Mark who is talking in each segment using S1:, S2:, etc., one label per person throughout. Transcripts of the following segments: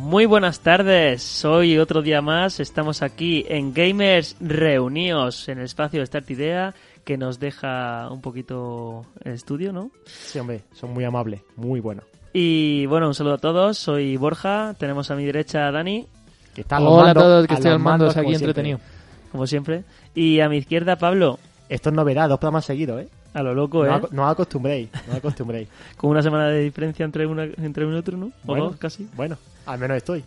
S1: Muy buenas tardes, soy otro día más, estamos aquí en Gamers Reunidos, en el espacio de Start Idea, que nos deja un poquito el estudio, ¿no?
S2: Sí, hombre, son muy amables, muy buenos.
S1: Y bueno, un saludo a todos, soy Borja, tenemos a mi derecha a Dani,
S2: Que están los
S3: Hola a
S2: mandos-
S3: todos, que
S2: a
S3: estoy
S2: los
S3: al mando,
S2: mandos,
S3: aquí
S2: como siempre.
S3: entretenido.
S1: como siempre, y a mi izquierda Pablo,
S2: Esto es novedad, dos programas seguidos, ¿eh?
S1: a lo loco,
S3: Pues,
S1: ¿eh?
S2: No, ac- no os acostumbréis, no os acostumbréis.
S1: Con una semana de diferencia entre, una, entre uno y otro, ¿no? O dos, casi.
S2: Bueno, al menos estoy.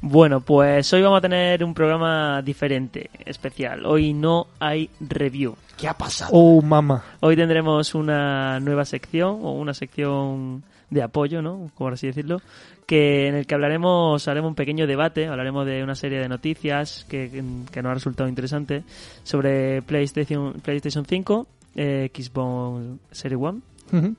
S1: Bueno, pues hoy vamos a tener un programa diferente, especial. Hoy no hay review.
S2: ¿Qué ha pasado?
S3: Oh, mamá.
S1: Hoy tendremos una nueva sección o una sección de apoyo, ¿no? Por así decirlo, que en el que hablaremos, haremos un pequeño debate, hablaremos de una serie de noticias que, que nos ha resultado interesante sobre PlayStation PlayStation 5, eh, Xbox Series One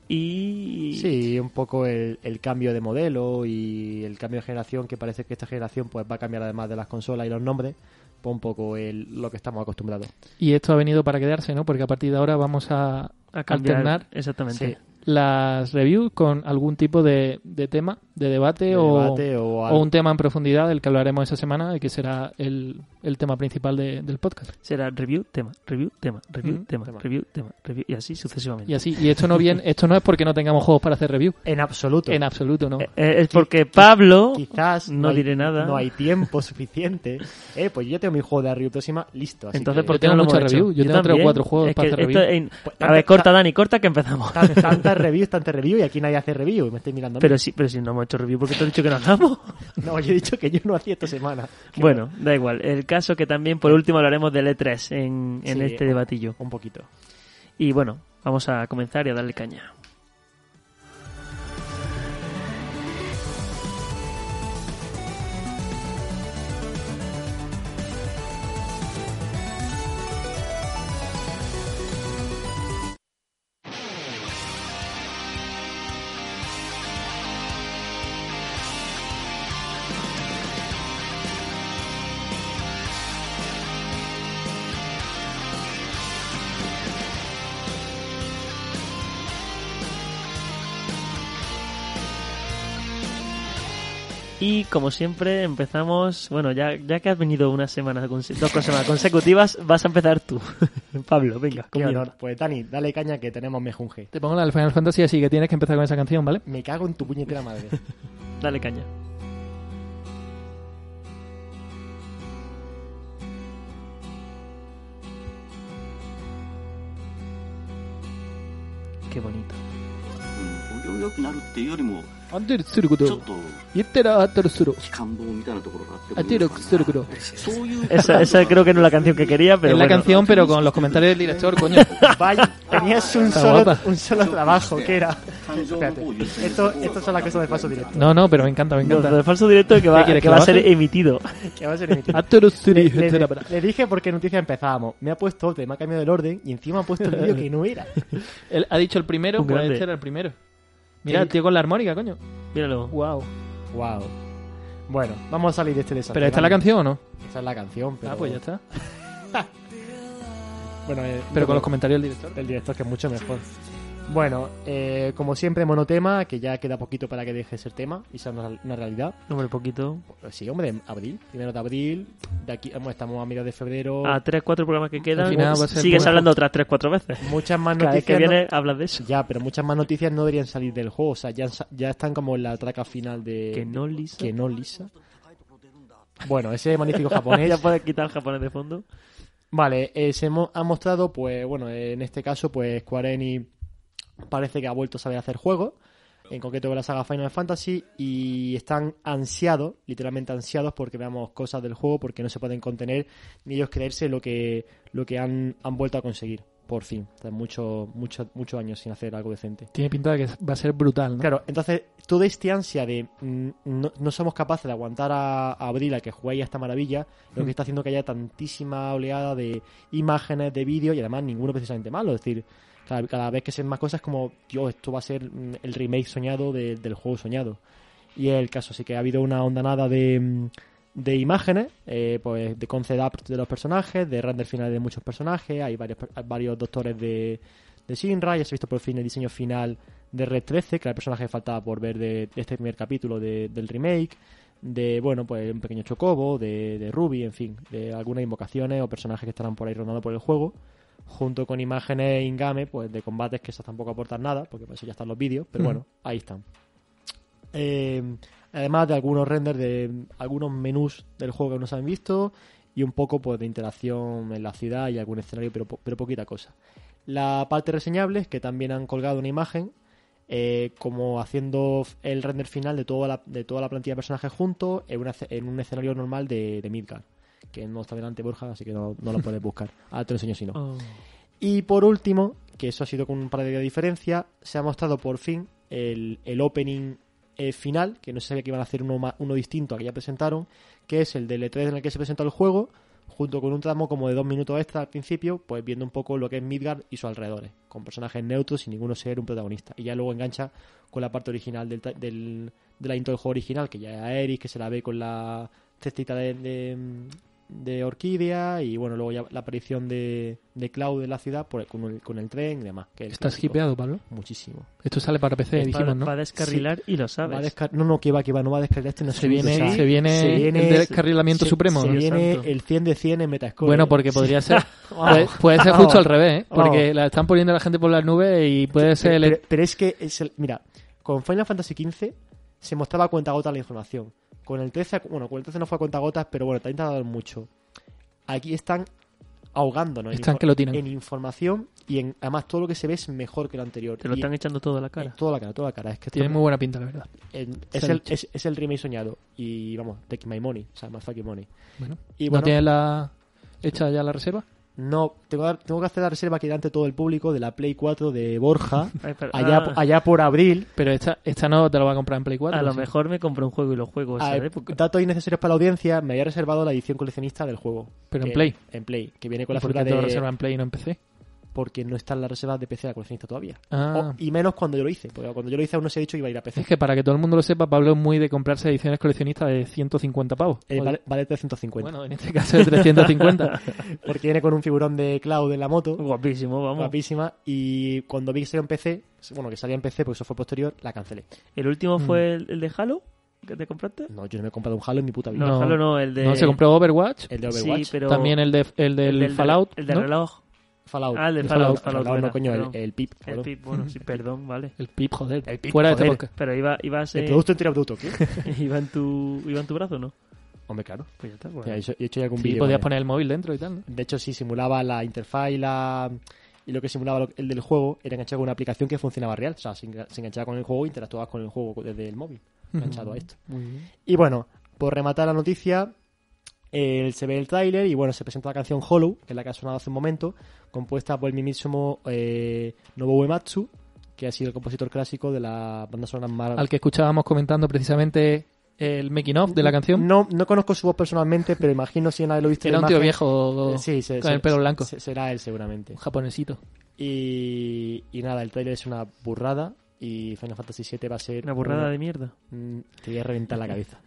S1: y
S2: Sí, un poco el, el cambio de modelo y el cambio de generación, que parece que esta generación pues va a cambiar además de las consolas y los nombres, pues un poco el- lo que estamos acostumbrados.
S3: Y esto ha venido para quedarse, ¿no? Porque a partir de ahora vamos a
S1: a cambiar
S3: alternar.
S1: exactamente.
S2: Sí.
S3: las reviews con algún tipo de, de tema, de debate,
S2: De
S3: o,
S2: debate o
S3: o
S2: algo.
S3: un tema en profundidad del que hablaremos esa semana y que será el, el tema principal de- del podcast.
S1: Será review tema, review tema, review
S3: Ujú.
S1: tema,
S2: Mm, Tema.
S1: review tema, review y así sucesivamente.
S3: Y así, y esto no bien, esto no es porque no tengamos juegos para hacer review,
S2: En absoluto.
S3: en absoluto, ¿no?
S1: Eh, eh, es porque Pablo
S2: Quizás
S1: no
S2: hay-
S1: diré nada.
S2: No hay tiempo suficiente. Eh, pues yo ya tengo mi juego de Ryu Toshima listo. así
S1: Entonces,
S2: que-
S1: ¿por
S3: Yo
S1: qué
S3: tengo
S1: no lo
S3: mucha
S1: hemos
S3: review.
S1: hecho?
S3: Yo tengo tres o
S1: también.
S3: cuatro juegos
S1: Es
S3: para
S1: que
S3: hacer
S1: esto
S3: review.
S1: en-
S2: Pues,
S1: A ver,
S2: tanta-
S1: corta, Dani, corta que empezamos.
S2: Tan- tantas reviews, tantas reviews y aquí nadie hace review y me estoy mirando. a mí.
S1: Pero sí, pero si no hemos hecho review, porque te he dicho que no hagamos?
S2: No, yo he dicho que yo no hacía esta semana.
S1: bueno, da igual. El caso que también, por último, hablaremos del E3 en, en
S2: Sí,
S1: este debatillo.
S2: Un poquito.
S1: Y bueno, vamos a comenzar y a darle caña. Y como siempre, empezamos. Bueno, ya, ya que has venido una semana, conse- dos semanas consecutivas, vas a empezar tú. Pablo, venga,
S2: Qué
S1: comienza.
S2: honor. Pues Dani, dale caña que tenemos mejunje.
S3: Te pongo la del Final Fantasy, así que tienes que empezar con esa canción, ¿vale?
S2: Me cago en tu puñetera madre.
S1: Dale caña. Qué bonito.
S4: うん本業良くなるっていうよりも、ちょっと機関棒みたいなところがあってもいいのかなそう いう
S1: Esa, esa creo que no es la canción que quería, pero
S3: es la
S1: bueno.
S3: canción, pero con los comentarios del director, coño.
S2: Vaya, tenías un
S3: Está
S2: solo,
S3: guapa.
S2: un solo trabajo, que era.
S4: 感情の方
S2: Espérate,
S4: を優先して
S2: esto, esto son las cosas de paso directo.
S3: No, no, pero me encanta, me
S1: No,
S3: encanta.
S1: lo de falso directo que va,
S3: ¿Qué quieres,
S1: que
S3: que
S1: va a
S3: lo
S1: ser
S3: baje?
S1: emitido.
S2: Que va a ser emitido.
S3: Atterosuri,
S2: Le, le-
S3: etcétera, para.
S2: le dije por qué noticia empezábamos. Me ha puesto otro, me ha cambiado el orden y encima ha puesto el vídeo que no era.
S3: Él ha dicho el primero,
S1: Un
S3: pues
S1: grande.
S3: este era el primero. Mira,
S2: Sí.
S3: el tío con la armónica, coño.
S1: Míralo.
S3: Wow.
S2: Wow. Bueno, vamos a salir de este desastre.
S3: ¿Pero esta es la
S2: Dani.
S3: canción o no?
S2: Esa es la canción, pero.
S3: Ah, pues ya está.
S2: Bueno, eh,
S3: Pero con
S2: bueno,
S3: los comentarios del director.
S2: del director, que es mucho mejor. Bueno, eh, como siempre, monotema, que ya queda poquito para que deje de ser tema y sea una, una realidad.
S1: Hombre, poquito.
S2: Sí, hombre, en abril, primero de abril, de aquí bueno, estamos a mediados de febrero.
S1: A tres, cuatro programas que quedan,
S3: Al final va a ser
S1: sigues
S3: bueno.
S1: hablando otras tres, cuatro veces.
S2: Muchas más
S1: Cada vez
S2: noticias.
S1: que
S2: no-
S1: viene hablas de eso.
S2: Ya, pero muchas más noticias no deberían salir del juego. O sea, ya, sa- ya están como en la traca final de.
S1: Que no lisa.
S2: Que no lisa. Bueno, ese magnífico japonés.
S1: Ya puedes quitar el japonés de fondo.
S2: Vale, eh, se mo- ha mostrado, pues, bueno, en este caso, pues, Square Enix parece que ha vuelto a saber hacer juegos, en concreto con la saga Final Fantasy, y están ansiados, literalmente ansiados, porque veamos cosas del juego, porque no se pueden contener ni ellos creerse lo que, lo que han, han vuelto a conseguir, por fin, tras muchos muchos muchos años sin hacer algo decente.
S3: Tiene pinta de que va a ser brutal, ¿no?
S2: Claro, entonces toda esta ansia de mm, no, no somos capaces de aguantar a, a Abril a que juegue a esta maravilla, lo
S3: Mm.
S2: que está haciendo que haya tantísima oleada de imágenes, de vídeos y además ninguno precisamente malo. Es decir, cada, cada vez que se ven más cosas como, Dios, esto va a ser mm, el remake soñado de- del juego soñado. Y es el caso, así que ha habido una ondanada de, mm, de imágenes, eh, pues de concept art de los personajes, de render final de muchos personajes, hay varios, per- varios doctores de, de Shinra, ya se ha visto por fin el diseño final de Red 13, que era el personaje que faltaba por ver de, de este primer capítulo de- del remake. de, bueno, pues un pequeño chocobo, de, de Ruby, en fin, de algunas invocaciones o personajes que estarán por ahí rondando por el juego, junto con imágenes ingame, pues de combates que esas tampoco aportan nada, porque para eso ya están los vídeos, pero
S3: Mm.
S2: bueno, ahí están. Eh, además de algunos renders de algunos menús del juego que no se han visto y un poco pues de interacción en la ciudad y algún escenario, pero, po- pero poquita cosa. La parte reseñable es que también han colgado una imagen eh, como haciendo el render final de toda la, de toda la plantilla de personajes juntos en, una ce- en un escenario normal de, de Midgar, que no está delante Borja, así que no, no lo puedes buscar. Ahora te lo enseño si no.
S1: Oh.
S2: Y por último, que eso ha sido con un par de días de diferencia, se ha mostrado por fin el, el opening eh, final, que no se sabía que iban a hacer uno, ma- uno distinto a que ya presentaron, que es el del E3 en el que se presenta el juego, junto con un tramo como de dos minutos extra al principio, pues viendo un poco lo que es Midgard y sus alrededores, con personajes neutros sin ninguno ser un protagonista. Y ya luego engancha con la parte original del, ta- del, de la intro del juego original, que ya es Eris, que se la ve con la cestita de, de, de Orquídea, y bueno, luego ya la aparición de, de Cloud en la ciudad por el- con, el, con el tren y demás. Que es el
S3: Estás
S2: clásico.
S3: hipeado, Pablo.
S2: Muchísimo.
S3: Esto sale para PC,
S1: Es para,
S3: dijimos, ¿no?
S1: para descarrilar y lo
S2: Va a
S1: sabes.
S2: descar- no, no, que va, que va, no va a descargar este, no
S3: Se viene,
S2: o sea,
S3: se viene
S2: se viene-
S3: el descarrilamiento
S2: se-
S3: supremo.
S2: Se
S3: ¿no?
S2: viene
S1: Santo.
S2: el 100 de 100 en Metascore.
S3: Bueno, porque podría ser. Puede,
S2: Vamos.
S3: puede ser
S2: Vamos.
S3: justo al revés, ¿eh?
S2: Vamos.
S3: Porque la están poniendo la gente por las nubes y puede ser.
S2: pero,
S3: el-
S2: pero- pero es que, es el- mira, con Final Fantasy XV se mostraba a cuenta la información. Con el 13, bueno, con el 13 no fue a cuenta gotas, pero bueno, te ha intentado mucho. Aquí están ahogándonos en
S3: Están
S2: infor-
S3: que lo tiran.
S2: en información y en, además todo lo que se ve es mejor que lo anterior.
S1: Te lo
S2: Y-
S1: están echando todo a la cara.
S2: Toda la cara, toda la cara. Es que esto
S3: Tiene
S2: es-
S3: muy buena pinta, la verdad.
S2: en-
S3: se
S2: es,
S3: ha
S2: el,
S3: dicho.
S2: es, es el remake soñado. Y vamos, take my money, o sea, más fucking money.
S3: Bueno,
S2: Y
S3: ¿No
S2: bueno,
S3: tienes la... hecha ya la reserva?
S2: no, tengo, que dar- tengo que hacer la reserva aquí delante de todo el público de la Play 4 de Borja.
S1: Ay, pero-
S2: allá,
S1: ah,
S2: allá por abril,
S3: Pero esta, esta no te la va a comprar en Play 4.
S1: a lo
S3: ¿sí? eh,
S1: mejor me compro un juego y lo juego
S3: Pues
S1: esa
S2: Ah,
S1: época.
S2: Datos innecesarios para la audiencia, me había reservado la edición coleccionista del juego.
S3: Pero en
S2: Que-
S3: Play.
S2: En Play, que viene con
S3: ¿Y
S2: la
S3: ¿Por qué
S2: figura
S3: te lo
S2: de...
S3: reserva en Play y no en PC?
S2: Porque no está en la reserva de PC de la coleccionista todavía. O-
S3: Ah,
S2: y menos cuando yo lo hice, porque cuando yo lo hice aún no se ha dicho que iba a Eh, ir a PC.
S3: es que para que todo el mundo lo sepa, Pablo es muy de comprarse ediciones coleccionistas de 150 pavos.
S2: Eh,
S3: O-
S2: vale, vale 350.
S3: Bueno, en este caso de 350.
S2: Porque viene con un figurón de Cloud en la moto,
S1: Guapísimo, vamos.
S2: guapísima, y cuando vi que salió en PC, bueno, que salía en PC porque eso fue posterior, la cancelé.
S1: ¿El último
S3: Mm.
S1: fue el, el de Halo? ¿Que te compraste?
S2: No, yo no me he comprado un Halo en mi puta vida.
S1: No,
S3: No.
S1: Halo no, el de.
S3: No, se compró Overwatch,
S2: El de Overwatch,
S1: Sí, pero.
S3: también el, de, el del
S1: el del-
S3: Fallout,
S1: El del
S3: ¿no?
S1: reloj.
S2: Fallout.
S1: Ah, el de
S3: El
S1: Fallout.
S3: Fallout,
S1: Fallout,
S2: Fallout, no,
S1: buena,
S2: coño, el,
S1: perdón.
S2: el PIP.
S1: El
S2: cabrón.
S1: pip, bueno, sí, perdón, vale.
S3: El PIP, joder.
S2: El PIP,
S3: Fuera de este
S2: joder.
S3: podcast.
S1: Pero iba, iba a
S2: El
S1: ser.
S2: producto entero producto, ¿qué?
S1: Iba en tu, iba en tu brazo, ¿no?
S2: Hombre, claro.
S1: Pues ya está,
S2: O
S1: bueno.
S2: sea, he hecho, he hecho ya algún
S3: Sí,
S2: vídeo
S3: podías
S2: con él.
S3: poner el móvil dentro y tal, ¿no?
S2: De hecho, sí, simulaba la interfaz y, la, y lo que simulaba lo- el del juego era enganchado con una aplicación que funcionaba real. O sea, se enga- se enganchaba con el juego e interactuabas con el juego desde el móvil, enganchado a esto.
S3: Muy bien.
S2: Y bueno, por rematar la noticia, eh, se ve el tráiler y bueno, se presenta la canción Hollow, que es la que ha sonado hace un momento, compuesta por el mismísimo eh, Nobuo Uematsu, que ha sido el compositor clásico de la banda sonora más...
S3: Al que escuchábamos comentando precisamente el making of de la canción.
S2: No, no conozco su voz personalmente, pero imagino si nadie lo viste
S3: Era
S2: la
S3: un tío
S2: imagen-
S3: viejo
S2: Eh, sí, se-
S3: con
S2: se-
S3: el pelo blanco,
S2: se- será él seguramente.
S3: un japonesito.
S2: Y, y nada, el trailer es una burrada y Final Fantasy VII va a ser...
S1: Una burrada de mierda.
S2: Mm, Te voy a reventar la cabeza.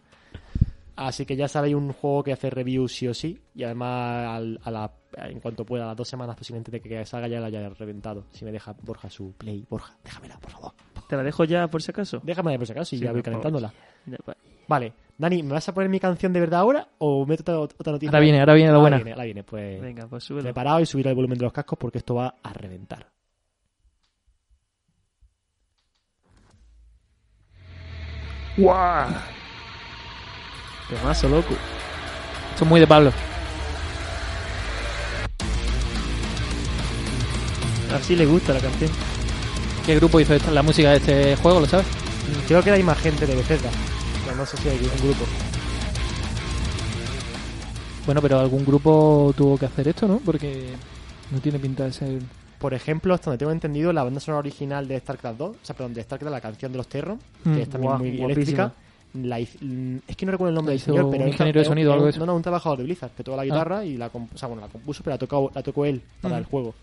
S2: Así que ya sabéis un juego que hace review sí o sí y además al- a la- en cuanto pueda, a las dos semanas posiblemente de que salga ya la haya reventado. Si me deja Borja su play. Borja, déjamela, por favor.
S1: ¿Te la dejo ya por si acaso?
S2: Déjamela por si acaso y
S1: Sí,
S2: ya voy
S1: por favor.
S2: calentándola.
S1: Ya, va.
S2: Vale, Dani, ¿me vas a poner mi canción de verdad ahora o meto otra, otra noticia?
S3: Ahora viene, ahora viene la
S2: Ahora
S3: buena.
S2: viene, ahora viene,
S3: Eh,
S2: pues
S1: Venga, pues súbelo.
S2: preparado y subir el volumen de los cascos porque esto va a reventar.
S1: Temazo, loco.
S3: Esto es muy de Pablo.
S1: Así le gusta la canción.
S3: ¿Qué grupo hizo esta- la música de este juego, lo sabes?
S2: Creo que hay más gente de Bethesda, pero no sé si hay un grupo.
S3: Bueno, pero algún grupo tuvo que hacer esto, ¿no? Porque no tiene pinta de ser...
S2: Por ejemplo, hasta donde tengo entendido, la banda sonora original de StarCraft 2, o sea, perdón, de StarCraft, la canción de los Terron,
S3: Mm,
S2: que es también
S1: guau,
S2: muy
S1: guapísima.
S2: eléctrica. la hiz- mm, es que no recuerdo el nombre
S3: La
S2: del
S3: hizo
S2: señor,
S3: un
S2: pero es-
S3: ingeniero de
S2: es-
S3: sonido o algo de
S2: es-
S3: eso. Ah.
S2: No, no, un trabajador de Blizzard que toca la guitarra y la, comp- o sea, bueno, la compuso, pero la tocó, la tocó él para
S3: Ujú.
S2: el juego.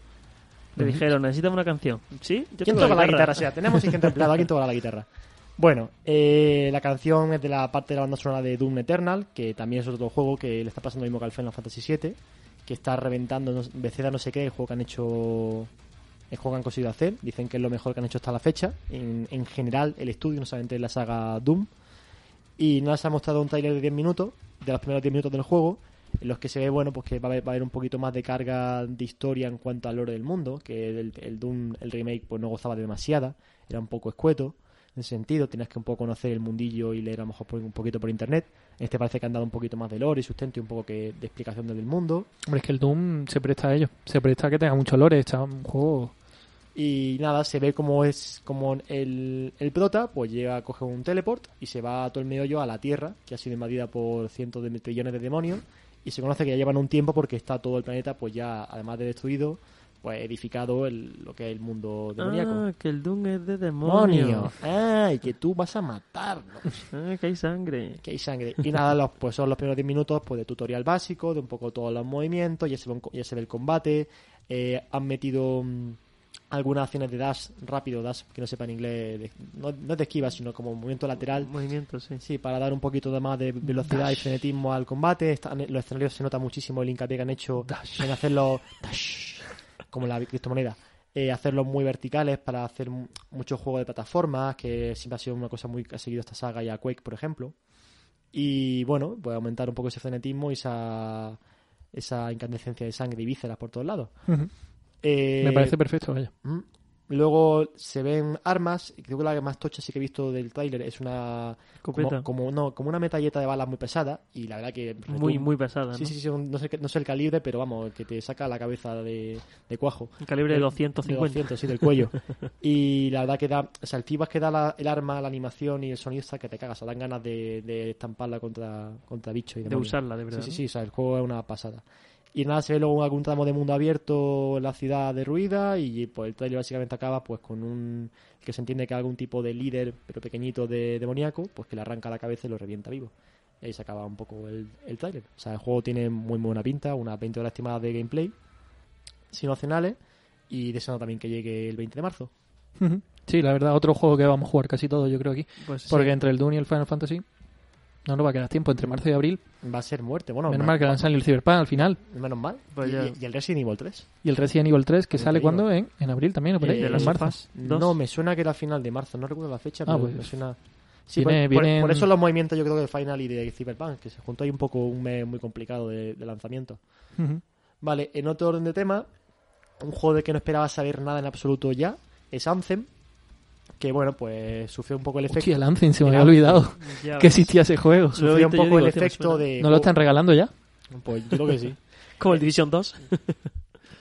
S1: Le
S3: Ujú.
S1: dijeron, necesitamos una canción. ¿Sí? Yo
S2: ¿Quién
S1: toco
S2: toca la guitarra? O sea, tenemos 600 empleados, ¿quién toca la guitarra? Bueno, eh, la canción es de la parte de la banda sonora de Doom Eternal, que también es otro juego que le está pasando lo mismo que al Final Fantasy VII, que está reventando, no, Bethesda no sé qué, el juego que han hecho, el juego que han conseguido hacer, dicen que es lo mejor que han hecho hasta la fecha, en, en general el estudio, no solamente la saga Doom, Y nada, se ha mostrado un trailer de 10 minutos, de los primeros 10 minutos del juego, en los que se ve, bueno, pues que va a haber, va a haber un poquito más de carga de historia en cuanto al lore del mundo, que el, el Doom, el remake, pues no gozaba de demasiada, era un poco escueto en ese sentido, tenías que un poco conocer el mundillo y leer a lo mejor por- un poquito por internet. En este parece que han dado un poquito más de lore y sustento y un poco que de explicación del mundo.
S3: Hombre, es que el Doom se presta a ello. Se presta a que tenga mucho lore. Está un juego.
S2: Y nada, se ve como es como el, el prota, pues llega, coge un teleport y se va a todo el meollo a la Tierra, que ha sido invadida por cientos de trillones de demonios, y se conoce que ya llevan un tiempo porque está todo el planeta, pues ya, además de destruido, pues edificado el, lo que es el mundo demoníaco.
S1: Ah, que el Doom es de demonio.
S2: ¡Demonio! ¡Ay, que tú vas a matarlo!
S1: Ah, que hay sangre.
S2: que hay sangre. Y nada, los, pues son los primeros 10 minutos pues, de tutorial básico, de un poco todos los movimientos, ya se ve, un co- ya se ve el combate. eh, han metido mm, algunas acciones de dash rápido, dash, que no sepa en inglés, de- no, no es de esquiva, sino como movimiento lateral.
S1: Movimiento, sí.
S2: Sí, para dar un poquito de más de velocidad y frenetismo al combate. Están- los escenarios se nota muchísimo el hincapié que han hecho en hacerlos dash, como la criptomoneda. Eh, hacerlos muy verticales para hacer mu- mucho juego de plataformas, que siempre ha sido una cosa muy que ha seguido esta saga y a Quake, por ejemplo. Y bueno, pues aumentar un poco ese frenetismo y esa, esa incandescencia de sangre y vísceras por todos lados. Eh,
S3: Me parece perfecto, vaya.
S2: Mm. Luego se ven armas, y creo que la más tocha sí que he visto del tráiler es una
S1: Escopeta.
S2: como, como- no, como una metalleta de balas muy pesada y la verdad que
S1: Muy, muy pesada, ¿no?
S2: Sí, sí, sí, un- no sé, qué- no sé el calibre, pero vamos, que te saca la cabeza de, de cuajo.
S1: Un Calibre de 250.
S2: 200, sí, del cuello. y la verdad que da, o sea, el feedback que da la- el arma, la animación y el sonido está que te cagas, o sea, dan ganas de, de estamparla contra, contra bicho y
S1: De
S2: demonios.
S1: usarla, de verdad.
S2: Sí,
S1: ¿no?
S2: sí, sí, o sea, el juego es una pasada. Y nada, se ve luego algún tramo de mundo abierto en la ciudad derruida y pues el trailer básicamente acaba pues con un que se entiende que algún tipo de líder, pero pequeñito de demoníaco, pues que le arranca la cabeza y lo revienta vivo. Y ahí se acaba un poco el, el trailer. O sea, el juego tiene muy, muy buena pinta, unas 20 horas estimadas de gameplay, sin opcionales, y deseando también que llegue el 20 de marzo.
S3: Ujú. Sí, la verdad, otro juego que vamos a jugar casi todos, yo creo, aquí.
S1: Pues sí.
S3: Porque entre el Doom y el Final Fantasy no nos va a quedar tiempo. Entre marzo y abril,
S2: Va a ser muerte, bueno,
S3: menos
S2: ma-
S3: mal que lanzan el Cyberpunk al final.
S2: menos mal.
S1: Pues
S2: y,
S1: ya.
S2: y- y el Resident Evil 3.
S3: Y el Resident Evil 3, que
S2: Como te
S3: sale
S2: digo.
S3: cuando en, en abril también, ¿no? por ahí,
S2: Eh, de
S3: en
S2: las
S3: marzo.
S1: sofás. Dos.
S2: No, me suena que era final de marzo, no recuerdo la fecha,
S3: Ah,
S2: pero
S3: pues.
S2: me suena. Sí,
S3: Viene-
S2: por, por-
S3: vienen-
S2: por eso los movimientos yo creo que de Final y de Cyberpunk, que se juntó ahí un poco un mes muy complicado de, de lanzamiento.
S3: Ujú.
S2: Vale, en otro orden de tema, un juego del que no esperaba saber nada en absoluto ya, es Anthem, que bueno, pues sufrió un poco el efecto.
S3: Hostia, el Anthem, se me
S2: El
S3: había olvidado
S1: Ya
S3: que
S1: ves.
S3: existía ese juego.
S1: Lo he
S2: Sufrió un
S1: visto, yo
S2: poco el
S1: digo, hostia, me
S2: efecto
S1: suena.
S2: de.
S3: ¿No lo están regalando ya?
S2: Pues yo creo que sí.
S1: Como el Division 2.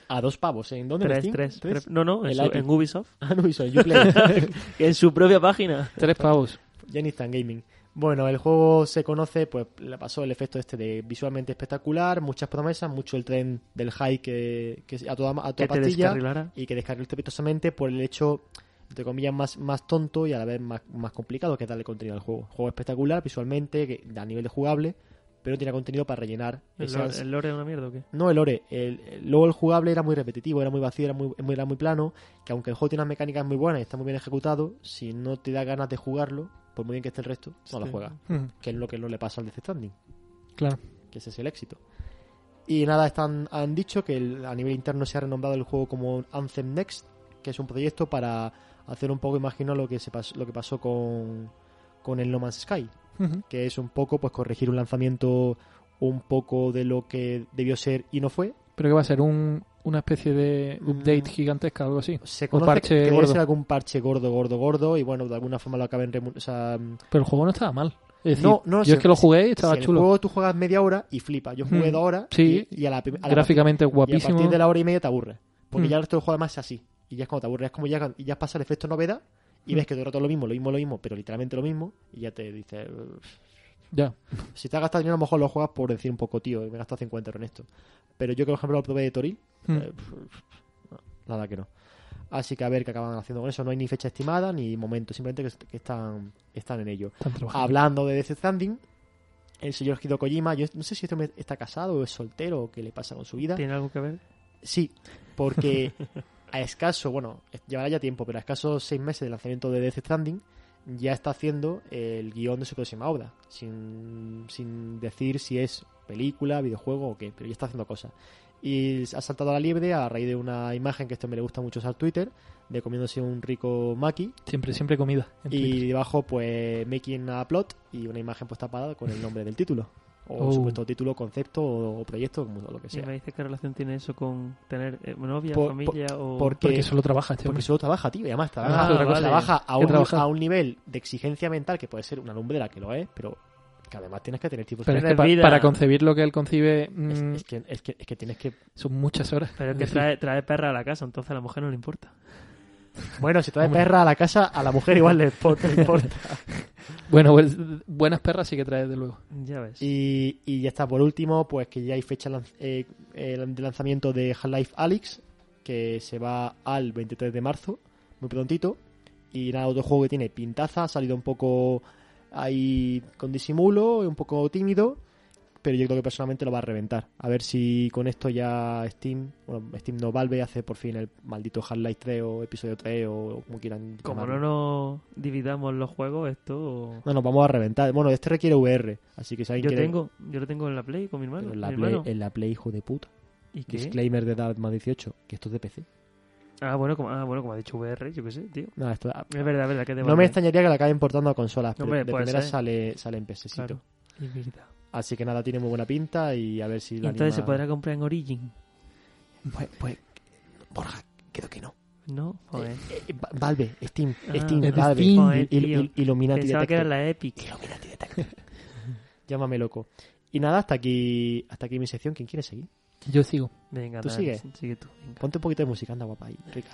S2: A dos pavos, ¿eh? ¿en dónde? en
S1: 3,
S2: Steam?
S1: 3.
S2: ¿Tres?
S1: No, no, en,
S2: El
S1: su-
S2: Attic.
S1: en Ubisoft.
S2: Ah, no, hizo en Uplay.
S1: En su propia página.
S3: Tres pavos.
S2: Ya ni está en Gaming. Bueno, el juego se conoce, pues le pasó el efecto este de visualmente espectacular, muchas promesas, mucho el tren del high que, que a toda, a
S1: Que
S2: toda
S1: te
S2: pastilla
S1: descarrilara.
S2: y que descarriló estrepitosamente por el hecho, entre comillas, más, más tonto y a la vez más, más complicado que es darle contenido al juego. Juego espectacular visualmente, que, a nivel de jugable, pero no tiene contenido para rellenar.
S1: ¿El,
S2: esa
S1: lore- el lore es una mierda o qué?
S2: no, el lore. El, el- luego el jugable era muy repetitivo, era muy vacío, era muy, muy- era muy plano. Que aunque el juego tiene unas mecánicas muy buenas y está muy bien ejecutado, si no te da ganas de jugarlo, por muy bien que esté el resto, no lo
S1: Sí.
S2: juegas.
S3: Ujú.
S2: Que es lo que no le pasa al Death Stranding
S3: Claro.
S2: que ese es el éxito. Y nada, están, han dicho que el- a nivel interno se ha renombrado el juego como Anthem Next, que es un proyecto para hacer un poco, imagino, lo que, se pas- lo que pasó con, con el No Man's Sky,
S3: Ujú.
S2: que es un poco pues corregir un lanzamiento un poco de lo que debió ser y no fue.
S3: Pero que va a ser un, una especie de update
S2: Mm.
S3: gigantesca, algo así.
S2: Se
S3: Un
S2: conoce
S3: parche
S2: que debe
S3: gordo.
S2: ser algún parche gordo, gordo, gordo, y bueno, de alguna forma lo acaben remun- o sea, mm,
S3: Pero el juego no estaba mal. Es decir,
S2: No, no,
S3: yo
S2: sí,
S3: es que lo jugué y estaba
S2: si el
S3: chulo.
S2: juego tú juegas media hora y flipa. Yo jugué
S3: Mm,
S2: dos horas
S3: sí.
S2: y, y a la, prim- a la
S3: Gráficamente
S2: Y a
S3: guapísimo.
S2: partir de la hora y media te aburre. Porque
S3: Mm.
S2: ya el resto del juego además es así. Y ya es como te aburre. Es como ya, ya pasa el efecto novedad y
S3: Mm.
S2: ves que todo el rato es lo mismo, lo mismo, lo mismo, pero literalmente lo mismo. Y ya te dices. "Uf".
S3: Ya.
S2: Si te has gastado dinero, a lo mejor lo juegas por decir un poco, tío, me he gastado 50 euros en esto. Pero yo que, por ejemplo, lo probé de Toril.
S3: Mm.
S2: eh, pf, pf, no, nada que no. Así que a ver qué acaban haciendo con eso. No hay ni fecha estimada ni momento, simplemente que, que están, están en ello.
S3: Están trabajando.
S2: Hablando de Death Stranding, el señor Hideo Kojima, yo no sé si este hombre está casado o es soltero o qué le pasa con su vida.
S1: ¿Tiene algo que ver?
S2: Sí, porque a escaso, bueno, llevará ya tiempo, pero a escasos seis meses del lanzamiento de Death Stranding, ya está haciendo el guión de su próxima obra, sin, sin decir si es película, videojuego o qué, pero ya está haciendo cosas. y ha saltado a la liebre a raíz de una imagen que este me le gusta mucho usar Twitter de comiéndose un rico maki
S3: Siempre, siempre comida. en
S2: y
S3: Twitter.
S2: debajo pues making a plot y una imagen pues tapada con el nombre del título o
S3: Oh.
S2: supuesto título, concepto o, o proyecto como lo que
S1: Y
S2: sea.
S1: me dices qué relación tiene eso con tener eh, novia,
S2: Por-
S1: familia o...
S2: porque-
S3: Porque solo trabaja este
S2: Porque
S3: hombre.
S2: solo trabaja, tío, y además
S3: no
S2: trabaja,
S3: hace otra cosa.
S2: trabaja a,
S3: ¿Qué
S2: un,
S3: trabaja?
S2: a un nivel de exigencia mental que puede ser una lumbrera que lo es, pero que además tienes que tener tipos
S3: Pero es que
S1: tener
S3: pa-
S1: vida.
S3: para concebir lo que él concibe mm,
S2: Es, es que, es, que, es que tienes que.
S3: son muchas horas.
S1: Pero es que
S3: Es decir,
S1: trae, trae perra a la casa, entonces a la mujer no le importa.
S2: Bueno, si traes
S3: Hombre.
S2: perra a la casa, a la mujer igual le importa. le importa.
S3: Bueno, pues, buenas perras sí que trae, de luego.
S1: Ya ves.
S2: Y, y ya está, por último, pues que ya hay fecha lanz- eh, eh, de lanzamiento de Half-Life Alyx, que se va al 23 de marzo, muy prontito. Y nada, otro juego que tiene pintaza, ha salido un poco ahí con disimulo, y un poco tímido, pero yo creo que personalmente lo va a reventar. A ver si con esto ya Steam, bueno, Steam no Valve hace por fin el maldito Half-Life 3 o episodio 3 o como quieran.
S1: Como
S2: llamarlo.
S1: no nos dividamos los juegos, esto...
S2: No, nos vamos a reventar. Bueno, este requiere VR, así que si alguien
S1: Yo
S2: quiere-
S1: tengo, yo lo tengo en la Play con mi hermano.
S2: Pero en la
S1: mi
S2: Play-
S3: eh,
S1: hermano.
S2: en la Play, hijo de puta.
S1: ¿Y qué?
S2: Disclaimer de edad más 18, que esto es de PC.
S1: Ah, bueno, como, ah, bueno, como ha dicho VR, yo qué sé, tío.
S2: No, esto- ah,
S1: Es verdad, es verdad, que es de
S2: no me
S1: Valve.
S2: extrañaría que la acaben portando a consolas, pero
S1: Hombre,
S2: de
S1: puede
S2: primera
S1: ser.
S2: sale, sale en PCcito.
S1: Claro. Es verdad.
S2: Así que nada, tiene muy buena pinta y a ver si
S1: Y
S2: la
S1: entonces se
S2: anima-
S1: podrá comprar en Origin,
S2: Pues, pues, Borja, creo que no.
S1: ¿no? Joder.
S2: Eh, eh, Va- Valve, Steam,
S1: Ah,
S2: Steam,
S3: es de
S2: Valve,
S3: Steam.
S2: Il-
S1: Joder,
S2: Il-
S1: tío.
S2: Il- Illuminati
S1: Pensaba que era
S2: Detective.
S1: la Epic.
S2: Illuminati Detective. Llámame loco. Y nada, hasta aquí hasta aquí mi sección. ¿Quién quiere seguir?
S3: Yo sigo.
S1: Venga,
S2: Tú
S1: dale,
S2: sigue.
S1: Sigue tú. venga.
S2: Ponte un poquito de música, anda guapa ahí, rica.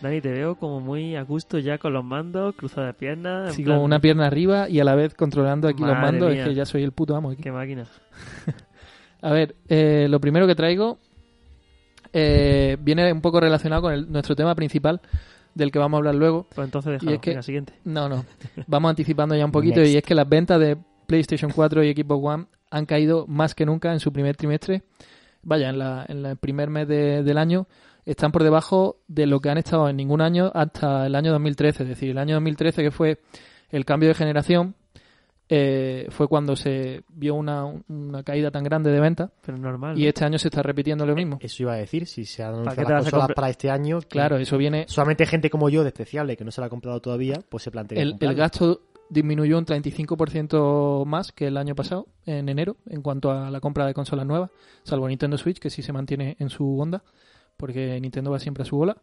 S1: Dani, te veo como muy a gusto ya con los mandos, cruzada de
S2: Ah,
S1: piernas. en
S3: Sí,
S1: plan,
S3: como una pierna arriba y a la vez controlando aquí los
S1: Madre
S3: mandos.
S1: mía.
S3: Es que ya soy el puto amo aquí.
S1: Qué máquina.
S3: A ver, eh, lo primero que traigo eh, viene un poco relacionado con el- nuestro tema principal del que vamos a hablar luego.
S1: Pues entonces déjalo.
S3: es que-
S1: Venga, siguiente.
S3: No, no. Vamos anticipando ya un poquito y
S2: Next.
S3: es que las ventas de PlayStation 4 y Xbox One han caído más que nunca en su primer trimestre. Vaya, en, la, en la- el primer mes de- del año están por debajo de lo que han estado en ningún año hasta el año 2013. Es decir, el año 2013 que fue el cambio de generación eh, fue cuando se vio una, una caída tan grande de ventas
S1: Pero normal.
S3: y
S1: ¿no?
S3: este año se está repitiendo lo mismo.
S2: Eso iba a decir, si se han
S1: qué
S2: anunciado
S1: te
S2: las
S1: vas a
S2: consolas
S1: comprar-
S2: para este año, que-
S3: Claro, eso viene
S2: solamente gente como yo, despreciable, que no se la ha comprado todavía, pues se plantea.
S3: el, el
S2: comprarla.
S3: gasto disminuyó un 35% más que el año pasado, en enero, en cuanto a la compra de consolas nuevas, salvo Nintendo Switch, que sí se mantiene en su onda, porque Nintendo va siempre a su bola.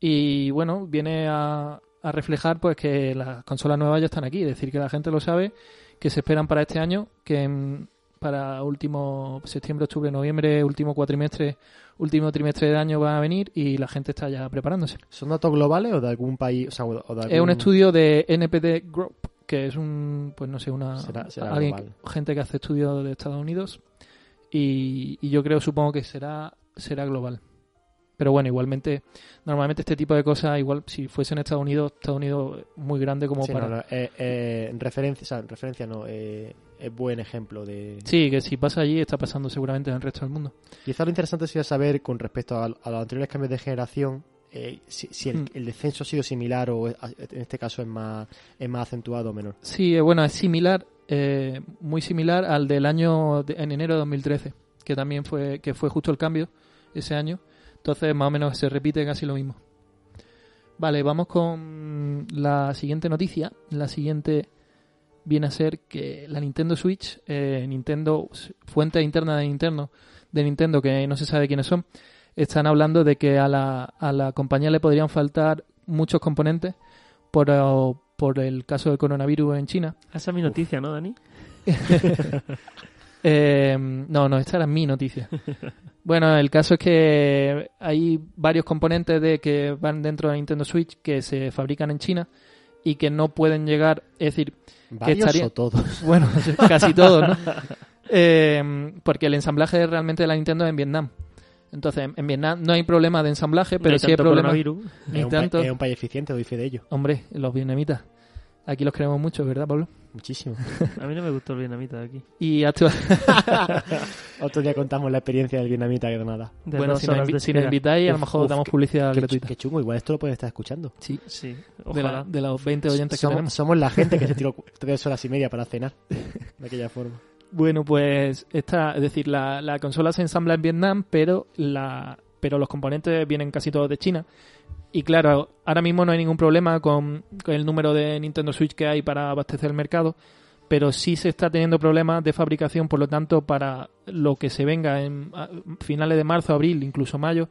S3: Y bueno, viene a, a reflejar pues que las consolas nuevas ya están aquí, es decir, que la gente lo sabe, que se esperan para este año, que en- para último septiembre, octubre, noviembre, último cuatrimestre, último trimestre del año van a venir y la gente está ya preparándose.
S2: ¿Son datos globales o de algún país? O sea, o de algún...
S3: Es un estudio de NPD Group, que es un, pues no sé, una
S2: Será- será
S3: alguien-
S2: global.
S3: gente que hace estudios de Estados Unidos. Y, y yo creo, supongo que será, será global. Pero bueno, igualmente, normalmente este tipo de cosas, igual si fuese en Estados Unidos, Estados Unidos es muy grande como
S2: Sí,
S3: para...
S2: no, no, eh, eh, referencia, o sea, referencia no, eh, es buen ejemplo de...
S3: Sí, que si pasa allí está pasando seguramente en el resto del mundo.
S2: Quizá lo interesante sería saber, con respecto a, a los anteriores cambios de generación, eh, si, si el,
S3: Mm.
S2: el descenso ha sido similar o es- en este caso es más, es más acentuado o menor.
S3: Sí, eh, bueno, es similar, eh, muy similar al del año de- en enero de 2013, que también fue que fue justo el cambio ese año. Entonces, más o menos se repite casi lo mismo. Vale, vamos con la siguiente noticia. La siguiente viene a ser que la Nintendo Switch, eh, Nintendo fuente interna de Nintendo, de Nintendo que no se sabe quiénes son, están hablando de que a la, a la compañía le podrían faltar muchos componentes por, eh, por el caso del coronavirus en China.
S1: Esa es mi noticia, ¿no, Dani?
S3: Eh, no, no, esta era mi noticia. Bueno, el caso es que hay varios componentes de que van dentro de Nintendo Switch que se fabrican en China y que no pueden llegar, es decir,
S2: ¿Varios
S3: estaría-
S2: o todos?
S3: bueno, casi todos, ¿no? Eh, porque el ensamblaje realmente de la Nintendo es en Vietnam. Entonces, en Vietnam no hay problema de ensamblaje, pero
S1: No hay
S3: sí hay
S1: tanto
S3: problema.
S1: coronavirus.
S3: Ni
S2: Es un,
S3: tanto.
S2: pa- es un país eficiente, doy fe de ello.
S3: Hombre, los vietnamitas. Aquí los queremos mucho, ¿verdad, Pablo?
S2: Muchísimo.
S1: A mí no me gustó el vietnamita de aquí.
S3: Y actua-
S2: Otro día contamos la experiencia del vietnamita que nada.
S1: De
S3: bueno,
S1: dos
S3: si nos,
S1: horas
S3: invi-
S1: de
S3: si nos
S1: espera.
S3: invitáis, a lo
S2: Uf,
S3: mejor
S2: uf,
S3: damos publicidad
S2: Qué,
S3: gratuita.
S2: qué chungo, igual esto lo pueden estar escuchando.
S3: Sí,
S1: Sí,
S3: de, la-
S1: ojalá.
S3: de los 20 oyentes Este que
S2: Somos,
S3: tenemos.
S2: somos la gente que se tiró cu- tres horas y media para cenar. De aquella forma.
S3: Bueno, pues esta, es decir, la, la consola se ensambla en Vietnam, pero la, pero los componentes vienen casi todos de China. Y claro, ahora mismo no hay ningún problema con, con el número de Nintendo Switch que hay para abastecer el mercado, pero sí se está teniendo problemas de fabricación, por lo tanto, para lo que se venga en a- finales de marzo, abril, incluso mayo,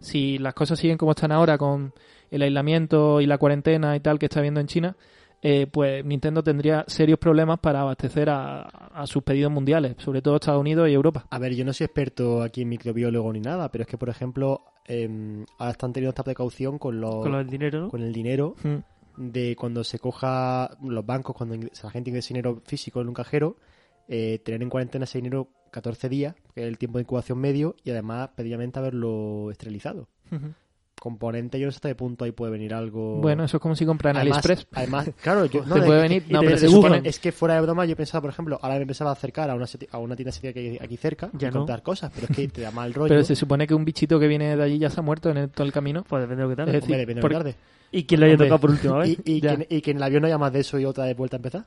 S3: si las cosas siguen como están ahora con el aislamiento y la cuarentena y tal que está habiendo en China, eh, pues Nintendo tendría serios problemas para abastecer a, a sus pedidos mundiales, sobre todo Estados Unidos y Europa.
S2: A ver, yo no soy experto aquí en microbiólogo ni nada, pero es que, por ejemplo, eh, ahora están teniendo esta precaución con, los,
S1: Con lo del dinero, ¿no?
S2: con el dinero
S3: Mm.
S2: de cuando se coja los bancos, cuando ingre- la gente ingresa dinero físico en un cajero, eh, tener en cuarentena ese dinero 14 días, que es el tiempo de incubación medio, y además, previamente, haberlo esterilizado. Componente, yo no sé hasta qué punto ahí puede venir algo.
S3: Bueno, eso es como si compraran
S2: Además,
S3: AliExpress.
S2: además, claro, yo, no,
S3: Te
S2: es
S3: puede
S2: que-
S3: venir-
S2: y
S3: no,
S2: te-
S3: pero
S2: te
S3: se
S2: digo,
S3: supone-
S2: Es que fuera de broma, yo pensaba, por ejemplo, ahora me empezaba a acercar a una, seti- a una tienda asiática que hay aquí cerca
S1: Ya
S2: y
S1: no.
S2: comprar cosas, pero es que te da mal rollo.
S3: Pero se supone que un bichito que viene de allí ya se ha muerto en el- todo el camino.
S1: Pues depende de lo que tal.
S3: Eh,
S2: Hombre,
S3: sí,
S2: depende de la
S3: porque-
S2: tarde.
S1: Y quien lo haya
S3: hombre.
S1: tocado por última vez.
S2: Y, y
S3: ya.
S2: que, en- y que en el avión no haya más de eso y otra de vuelta a empezar.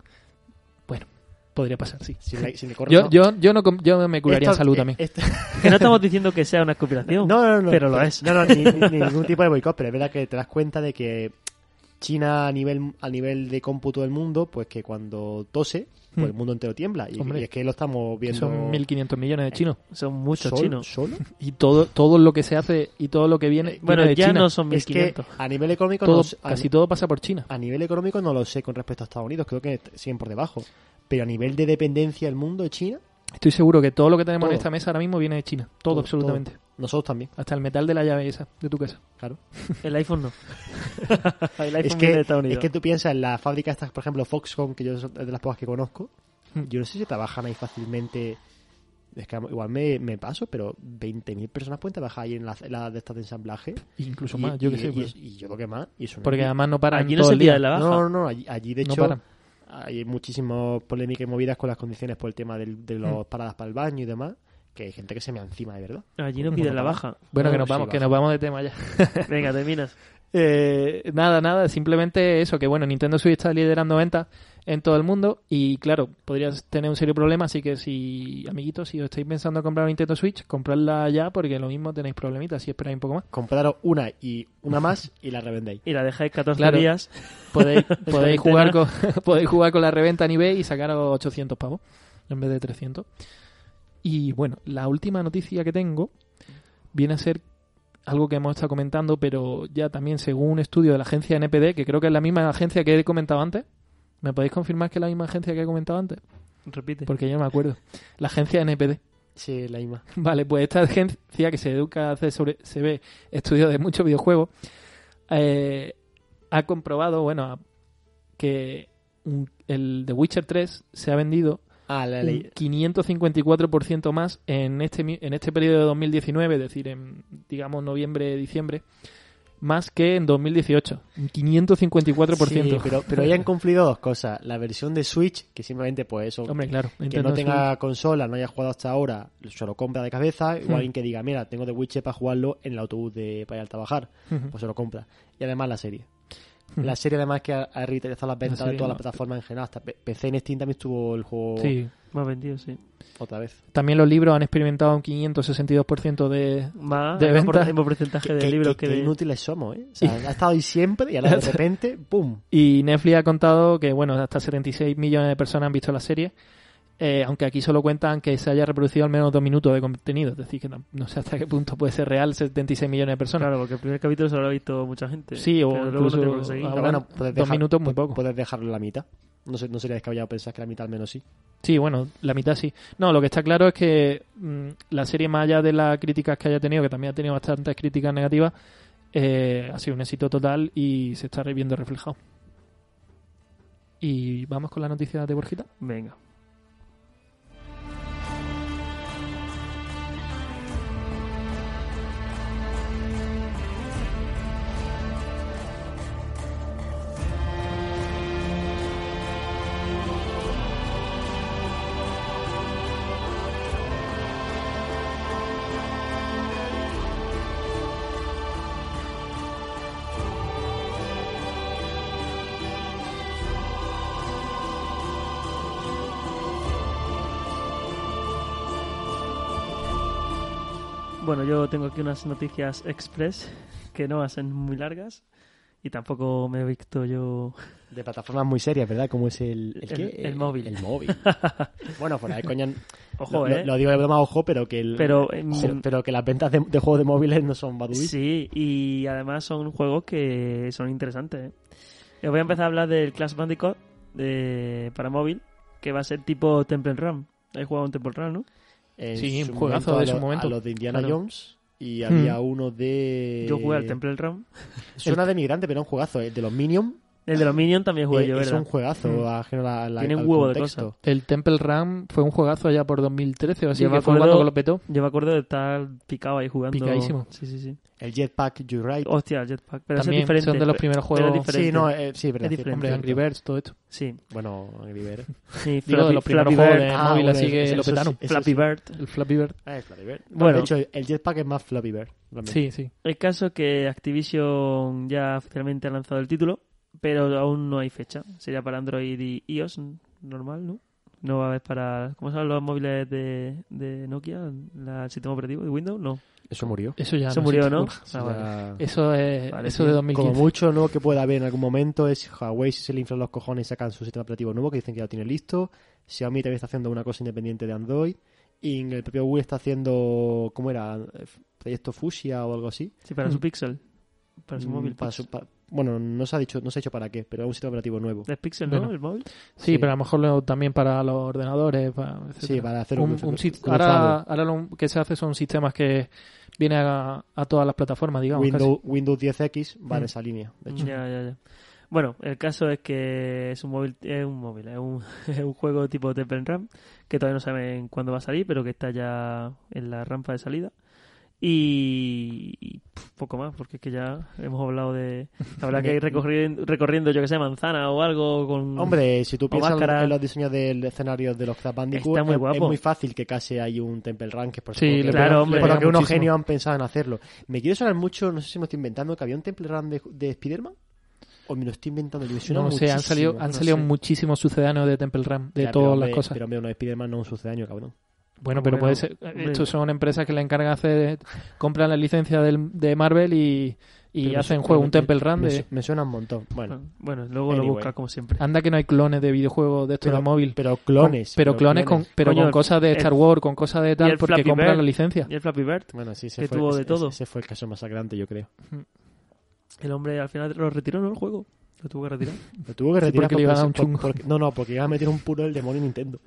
S3: Podría pasar, sí.
S2: Si me, si me corre,
S3: Yo,
S2: no.
S3: yo, yo, no, com- yo me curaría en
S2: Esto-
S3: salud
S2: eh,
S3: también.
S2: esto-
S1: Que no estamos diciendo que sea una conspiración.
S2: no, no, no,
S1: pero lo es.
S2: No, no, ni, ni- ni ningún tipo de boicot, pero es verdad que te das cuenta de que China a nivel a nivel de cómputo del mundo, pues que cuando tose, pues el
S3: Mm.
S2: mundo entero tiembla. Y,
S3: Hombre.
S2: y es que lo estamos eh, viendo.
S3: Son 1.500 millones de chinos.
S1: Son muchos
S2: ¿Sol-
S1: chinos.
S2: ¿Solo?
S3: Y todo, todo lo que se hace y todo lo que viene,
S1: Bueno,
S3: viene de
S1: ya
S3: China.
S1: no son
S2: Es que
S1: 1500.
S2: a nivel económico
S3: Todo-
S2: no sé- a,
S3: casi todo pasa por China.
S2: a nivel económico no lo sé con respecto a Estados Unidos, creo que siguen por debajo. Pero a nivel de dependencia del mundo de China,
S3: Estoy seguro que todo lo que tenemos en
S2: Todo.
S3: esta mesa ahora mismo viene de China. Todo,
S2: Todo,
S3: absolutamente.
S2: nosotros también,
S3: Hasta el metal de la llave esa, de tu casa.
S2: claro.
S1: El iPhone no. el iPhone
S2: Es
S1: viene de
S2: que,
S1: Estados
S2: es
S1: Unidos.
S2: que tú piensas en la fábrica estas, por ejemplo, Foxconn, que yo es de las pocas que conozco,
S3: Hmm.
S2: yo no sé si trabajan ahí fácilmente. Es que igual me, me paso, pero 20.000 personas pueden trabajar ahí en la, en la de estas de ensamblaje.
S3: Incluso
S2: Y-
S3: más, yo
S2: y-
S3: que sé.
S2: y-
S3: pues.
S2: y yo lo que más. Y eso no-
S3: Porque además no paran
S1: Aquí no
S3: todo
S1: se
S3: el día.
S1: pilla de la baja.
S2: No, no, no, allí, allí de
S3: No
S2: hecho
S3: paran.
S2: hay muchísimas polémicas y movidas con las condiciones por el tema del- de las paradas para el baño y demás, que hay gente que se me encima, de verdad.
S1: Allí no piden la baja.
S3: Bueno, que
S2: No,
S3: nos
S2: sí,
S3: vamos, que
S2: baja.
S3: nos vamos de tema ya.
S1: Venga, terminas.
S3: Eh, nada, nada, simplemente eso, que bueno, Nintendo Switch está liderando ventas en todo el mundo y claro, podrías tener un serio problema, así que si, amiguitos, si os estáis pensando en comprar una Nintendo Switch, compradla ya porque lo mismo tenéis problemitas si esperáis un poco más.
S2: Compraros una y una más y la revendéis.
S1: Y la dejáis 14
S3: Claro.
S1: días.
S3: Podéis, podéis,
S1: cuarentena.
S3: jugar con, podéis jugar con la reventa en eBay y sacaros 800 pavos en vez de 300. Y bueno, la última noticia que tengo viene a ser algo que hemos estado comentando, pero ya también según un estudio de la agencia NPD, que creo que es la misma agencia que he comentado antes. ¿Me podéis confirmar que es la misma agencia que he comentado antes?
S1: Repite.
S3: Porque yo no me acuerdo. La agencia NPD.
S2: Sí, la misma.
S3: Vale, pues esta agencia que se educa a hacer sobre, se ve estudios de muchos videojuegos, eh, ha comprobado, bueno, a- que un- el The Witcher 3 se ha vendido
S2: Ah, la
S3: un
S2: ley.
S3: 554% más en este, mi- en este periodo de 2019, es decir, en, digamos, noviembre, diciembre, más que en 2018. Un 554%.
S2: Sí, pero, pero hayan cumplido dos cosas. La versión de Switch, que simplemente pues eso,
S3: Hombre, claro.
S2: que
S3: Nintendo
S2: no
S3: Switch.
S2: tenga consola, no haya jugado hasta ahora, se lo compra de cabeza, o
S3: Hmm.
S2: alguien que diga, mira, tengo The Witcher para jugarlo en el autobús de, para ir a trabajar, pues se lo compra. Y además la serie. La serie además que ha, ha revitalizado las ventas
S3: serie,
S2: de todas
S3: no.
S2: las plataformas en general. Hasta P- PC en Steam también estuvo el juego
S3: Sí.
S1: Más vendido, sí.
S2: otra vez.
S3: También los libros han experimentado un 562% de,
S1: Más.
S3: De
S1: más por
S3: venta.
S1: el mismo porcentaje de
S2: Qué-
S1: libros
S2: qué-
S1: que
S2: qué
S1: de.
S2: inútiles somos, ¿eh? O sea, ha estado ahí siempre y ahora de repente, ¡pum!
S3: Y Netflix ha contado que, bueno, hasta 76 millones de personas han visto la serie, eh, aunque aquí solo cuentan que se haya reproducido al menos dos minutos de contenido, es decir, que no, no sé hasta qué punto puede ser real 76 millones de personas.
S1: Claro, porque el primer capítulo se lo habrá visto mucha gente.
S3: Sí, o
S1: Pero luego no
S3: incluso
S1: tiene por qué seguir.
S3: habrá-
S2: Pero
S3: Ahora,
S2: bueno, puedes
S3: dos
S2: dejar-
S3: minutos muy
S2: pu-
S3: poco.
S2: Puedes dejarlo en la mitad. No, se- no sería descabellado pensar que la mitad al menos sí.
S3: Sí, bueno, la mitad sí. No, lo que está claro es que mm, la serie, más allá de las críticas que haya tenido, que también ha tenido bastantes críticas negativas, eh, ha sido un éxito total y se está re- viendo reflejado. Y vamos con la noticia de Borjita.
S1: Venga. Bueno, yo tengo aquí unas noticias express que no hacen muy largas y tampoco me he visto yo.
S2: De plataformas muy serias, ¿verdad? Como es el.
S1: El- el móvil.
S2: El móvil. bueno, fuera de coña.
S1: Ojo,
S2: lo,
S1: ¿eh?
S2: lo digo de broma, ojo, pero que el-
S1: Pero,
S2: se-
S1: em,
S2: pero, que las ventas de, de juegos de móviles no son baduís.
S1: Sí, y además son juegos que son interesantes. ¿eh? Yo voy a empezar a hablar del Clash Bandicoot de, para móvil, que va a ser tipo Temple Run. He jugado un Temple Run, ¿no?
S2: En
S3: Sí,
S2: su
S3: un juegazo
S2: a
S3: de su
S2: los-
S3: momento. Hmm.
S2: A los de Indiana
S1: Claro.
S2: Jones. Y había uno de.
S1: Yo jugué al
S3: Eh,
S1: Temple Run.
S2: Suena de migrante, pero es un juegazo. El de los Minions
S1: El de los Minions también jugué
S2: eh,
S1: yo,
S2: es
S1: ¿verdad?
S2: un juegazo.
S1: Mm.
S2: ajeno a la- a la-
S1: Tiene un
S2: al
S1: huevo de
S2: contexto.
S1: cosas.
S3: El Temple Run fue un juegazo allá por 2013 o así,
S1: Yo me
S3: que fue
S1: acuerdo-
S3: cuando lo petó.
S1: Yo me acuerdo de estar picado ahí jugando.
S3: Picadísimo.
S1: Sí, sí, sí.
S2: El Jetpack Joyride.
S1: Hostia, el Jetpack. Pero ese es
S3: También
S1: diferente.
S3: son de los
S1: pero-
S3: primeros
S1: pero es
S3: juegos.
S1: Oh, diferente.
S2: Sí, no, eh, sí, verdad,
S1: Es
S2: sí,
S1: diferente.
S3: Hombre, Angry Birds, todo esto.
S1: Sí.
S2: Bueno, Angry Bird.
S1: Sí,
S3: Digo, de los primeros
S1: Flappy
S3: juegos de
S1: Bird.
S2: Ah,
S3: móvil
S2: bueno,
S3: así que
S2: eso
S3: lo
S2: sí,
S3: petaron.
S2: eso
S1: Flappy
S2: sí.
S1: Bird.
S3: El Flappy Bird.
S2: Ah, es Flappy Bird.
S1: Bueno.
S2: de hecho, el Jetpack es más Flappy Bird. realmente.
S3: Sí, sí.
S1: El caso es que Activision ya oficialmente ha lanzado el título, pero aún no hay fecha. Sería para Android y iOS, n- normal, ¿no? No va a haber para... ¿Cómo son los móviles de, de Nokia? La- ¿El sistema operativo de Windows? No.
S2: Eso murió.
S3: Eso ya.
S1: Se
S3: no
S1: murió,
S3: existe.
S1: ¿no?
S2: Eso
S1: Ah, vale.
S2: ya-
S3: Eso es
S1: Vale,
S3: eso
S1: sí.
S3: de
S2: Como
S3: 2015.
S2: mucho nuevo que pueda haber en algún momento es Huawei si se le inflan los cojones y sacan su sistema operativo nuevo que dicen que ya lo tiene listo. Xiaomi también está haciendo una cosa independiente de Android. Y el propio Google está haciendo, ¿cómo era? Proyecto Fuchsia o algo así.
S1: Sí, para su
S3: Mm.
S1: Pixel. Para su
S2: Mm,
S1: móvil.
S2: para
S3: pues.
S1: Pixel.
S2: su- pa- bueno, no se ha dicho, no se ha dicho para qué, pero es un sistema operativo nuevo.
S1: Es Pixel, ¿no?
S3: Bueno.
S1: El móvil.
S3: Sí,
S2: Sí.
S3: pero a lo mejor lo- también para los ordenadores. Para,
S2: Sí,
S3: etcétera.
S2: para hacer
S3: Un-
S2: un,
S3: un sit-
S2: cruzado.
S3: ahora, ahora lo que se hace son sistemas que vienen a, a todas las plataformas, digamos.
S2: Windows, Windows 10X va en
S3: Mm.
S2: esa línea, de hecho.
S1: Ya, ya, ya. Bueno, el caso es que es un móvil, es un móvil, es un, es un juego tipo Temple Ram, que todavía no saben cuándo va a salir, pero que está ya en la rampa de salida. Y, y, pf, poco más, porque es que ya hemos hablado de... Habrá que ir recorriendo, recorriendo yo que sé, manzana o algo
S3: Mm.
S1: con...
S2: Hombre, si tú piensas
S1: máscara.
S2: en los diseños del escenario de los Crash Bandicoot,
S1: Está muy
S2: es- es,
S1: guapo.
S2: muy fácil que casi hay un Temple Run, que es por
S3: Sí,
S2: supuesto que-
S3: le
S1: Claro,
S3: pega-
S1: hombre.
S3: le
S2: por
S3: pega
S2: lo que unos
S3: muchísimo.
S2: genios han pensado en hacerlo. Me quiere sonar mucho, no sé si me estoy inventando, que había un Temple Run de, de Spider-Man, o me lo estoy inventando, yo me suena
S3: No sé, han
S2: muchísimo.
S3: salido, han
S2: No
S3: salido
S2: sé.
S3: muchísimos sucedáneos de Temple Run, de
S2: Ya, pero,
S3: todas
S2: hombre,
S3: las cosas.
S2: Pero hombre, no, Spider-Man no es un sucedaño, cabrón.
S3: bueno, pero
S1: Bueno,
S3: puede ser.
S1: hombre.
S3: Estos son empresas que le encargan hacer. Compran la licencia del- de Marvel y, y
S2: Pero me
S3: hacen
S2: su-
S3: juego,
S2: me-
S3: un Temple Run.
S2: Me,
S3: De,
S2: su- me suena un montón. Bueno,
S1: Bueno, bueno, luego lo
S2: Anyway.
S1: busca como siempre.
S3: anda que no hay clones de videojuegos de estos de móvil.
S2: pero clones.
S3: pero clones, Ah. Con, pero
S1: Coño,
S3: con cosas de
S1: el-
S3: Star Wars, con cosas de
S1: y
S3: tal,
S1: el
S3: porque
S1: Flappy
S3: compran
S1: Bird.
S3: la licencia.
S1: Y el Flappy Bird,
S2: Bueno, sí, se
S1: que
S2: fue,
S1: tuvo
S2: ese-
S1: de todo.
S2: Ese, ese fue el caso masacrante, yo creo.
S1: el hombre al final lo retiró, ¿no? El juego. Lo tuvo que retirar.
S2: Lo tuvo que retirar
S3: porque le iba a dar un
S2: por-
S3: chungo.
S2: porque- no, no, porque iba a meter un puro el demonio Nintendo.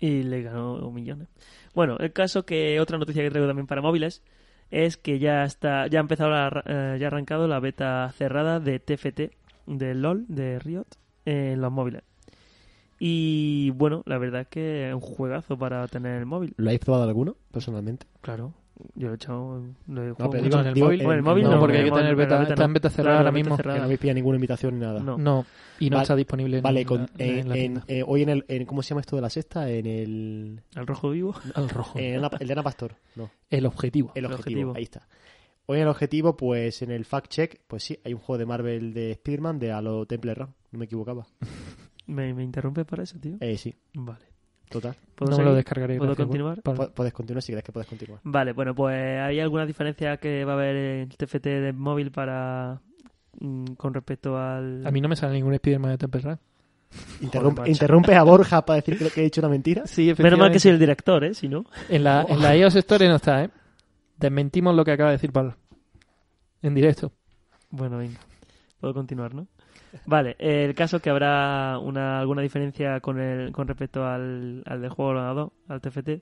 S1: Y le ganó millones. Bueno, el caso que otra noticia que traigo también para móviles es que ya está, ya ha empezado la, ra- eh, ya ha arrancado la beta cerrada de TFT de LOL de Riot en los móviles. Y bueno, la verdad es que es un juegazo para tener el móvil.
S2: ¿Lo habéis probado alguno, personalmente?
S1: Claro, yo lo he echado, lo he
S2: No,
S1: jugado mucho.
S2: pero digo,
S3: en el
S2: digo,
S3: móvil.
S1: Bueno, el móvil
S3: eh, No,
S1: no,
S3: porque hay que
S1: pero
S3: tener
S1: la
S3: beta,
S1: beta
S3: está
S1: no.
S3: en beta cerrada
S1: Claro, la
S3: ahora
S1: beta
S3: mismo.
S1: cerrada.
S2: Que no habéis pillado ninguna invitación ni nada.
S1: No.
S3: No, y no
S2: Vale.
S3: está disponible en
S2: Vale,
S3: la-
S2: con-
S3: en,
S2: en-
S3: la
S2: en-
S3: tienda.
S2: eh, hoy en el. en- ¿Cómo se llama esto de la sexta? En el.
S1: al rojo vivo.
S3: Al rojo.
S1: eh,
S2: en Ana- el de Ana Pastor. No,
S3: el objetivo.
S2: el
S1: El
S2: objetivo,
S1: objetivo.
S2: Ahí está. Hoy en el objetivo, pues en el fact check, pues sí, hay un juego de Marvel de Spider-Man de a lo Temple Run. No me equivocaba.
S1: ¿Me, me interrumpes para eso, tío?
S2: Eh, sí,
S1: Vale.
S2: total.
S1: ¿Puedo
S3: no me lo
S1: seguir?
S3: descargaré.
S1: ¿Puedo
S3: gracias,
S1: continuar?
S3: Pablo.
S2: Pu- Puedes continuar si crees que puedes continuar.
S1: Vale, bueno, pues hay algunas diferencias que va a haber en el TFT de móvil para mm, con respecto al
S3: A mí no me sale ningún Spider-Man de Temple Run.
S2: Interrumpe,
S1: macho.
S2: interrumpe a Borja para decir que, lo que he dicho una mentira.
S3: Sí,
S1: Menos mal que soy el director, ¿eh? Si no.
S3: En la, en la iOS Store no está, ¿eh? Desmentimos lo que acaba de decir Pablo. En directo.
S1: Bueno, venga. Puedo continuar, ¿no? Vale, eh, el caso es que habrá una, alguna diferencia con, el, con respecto al, al del juego de ordenador, al TFT.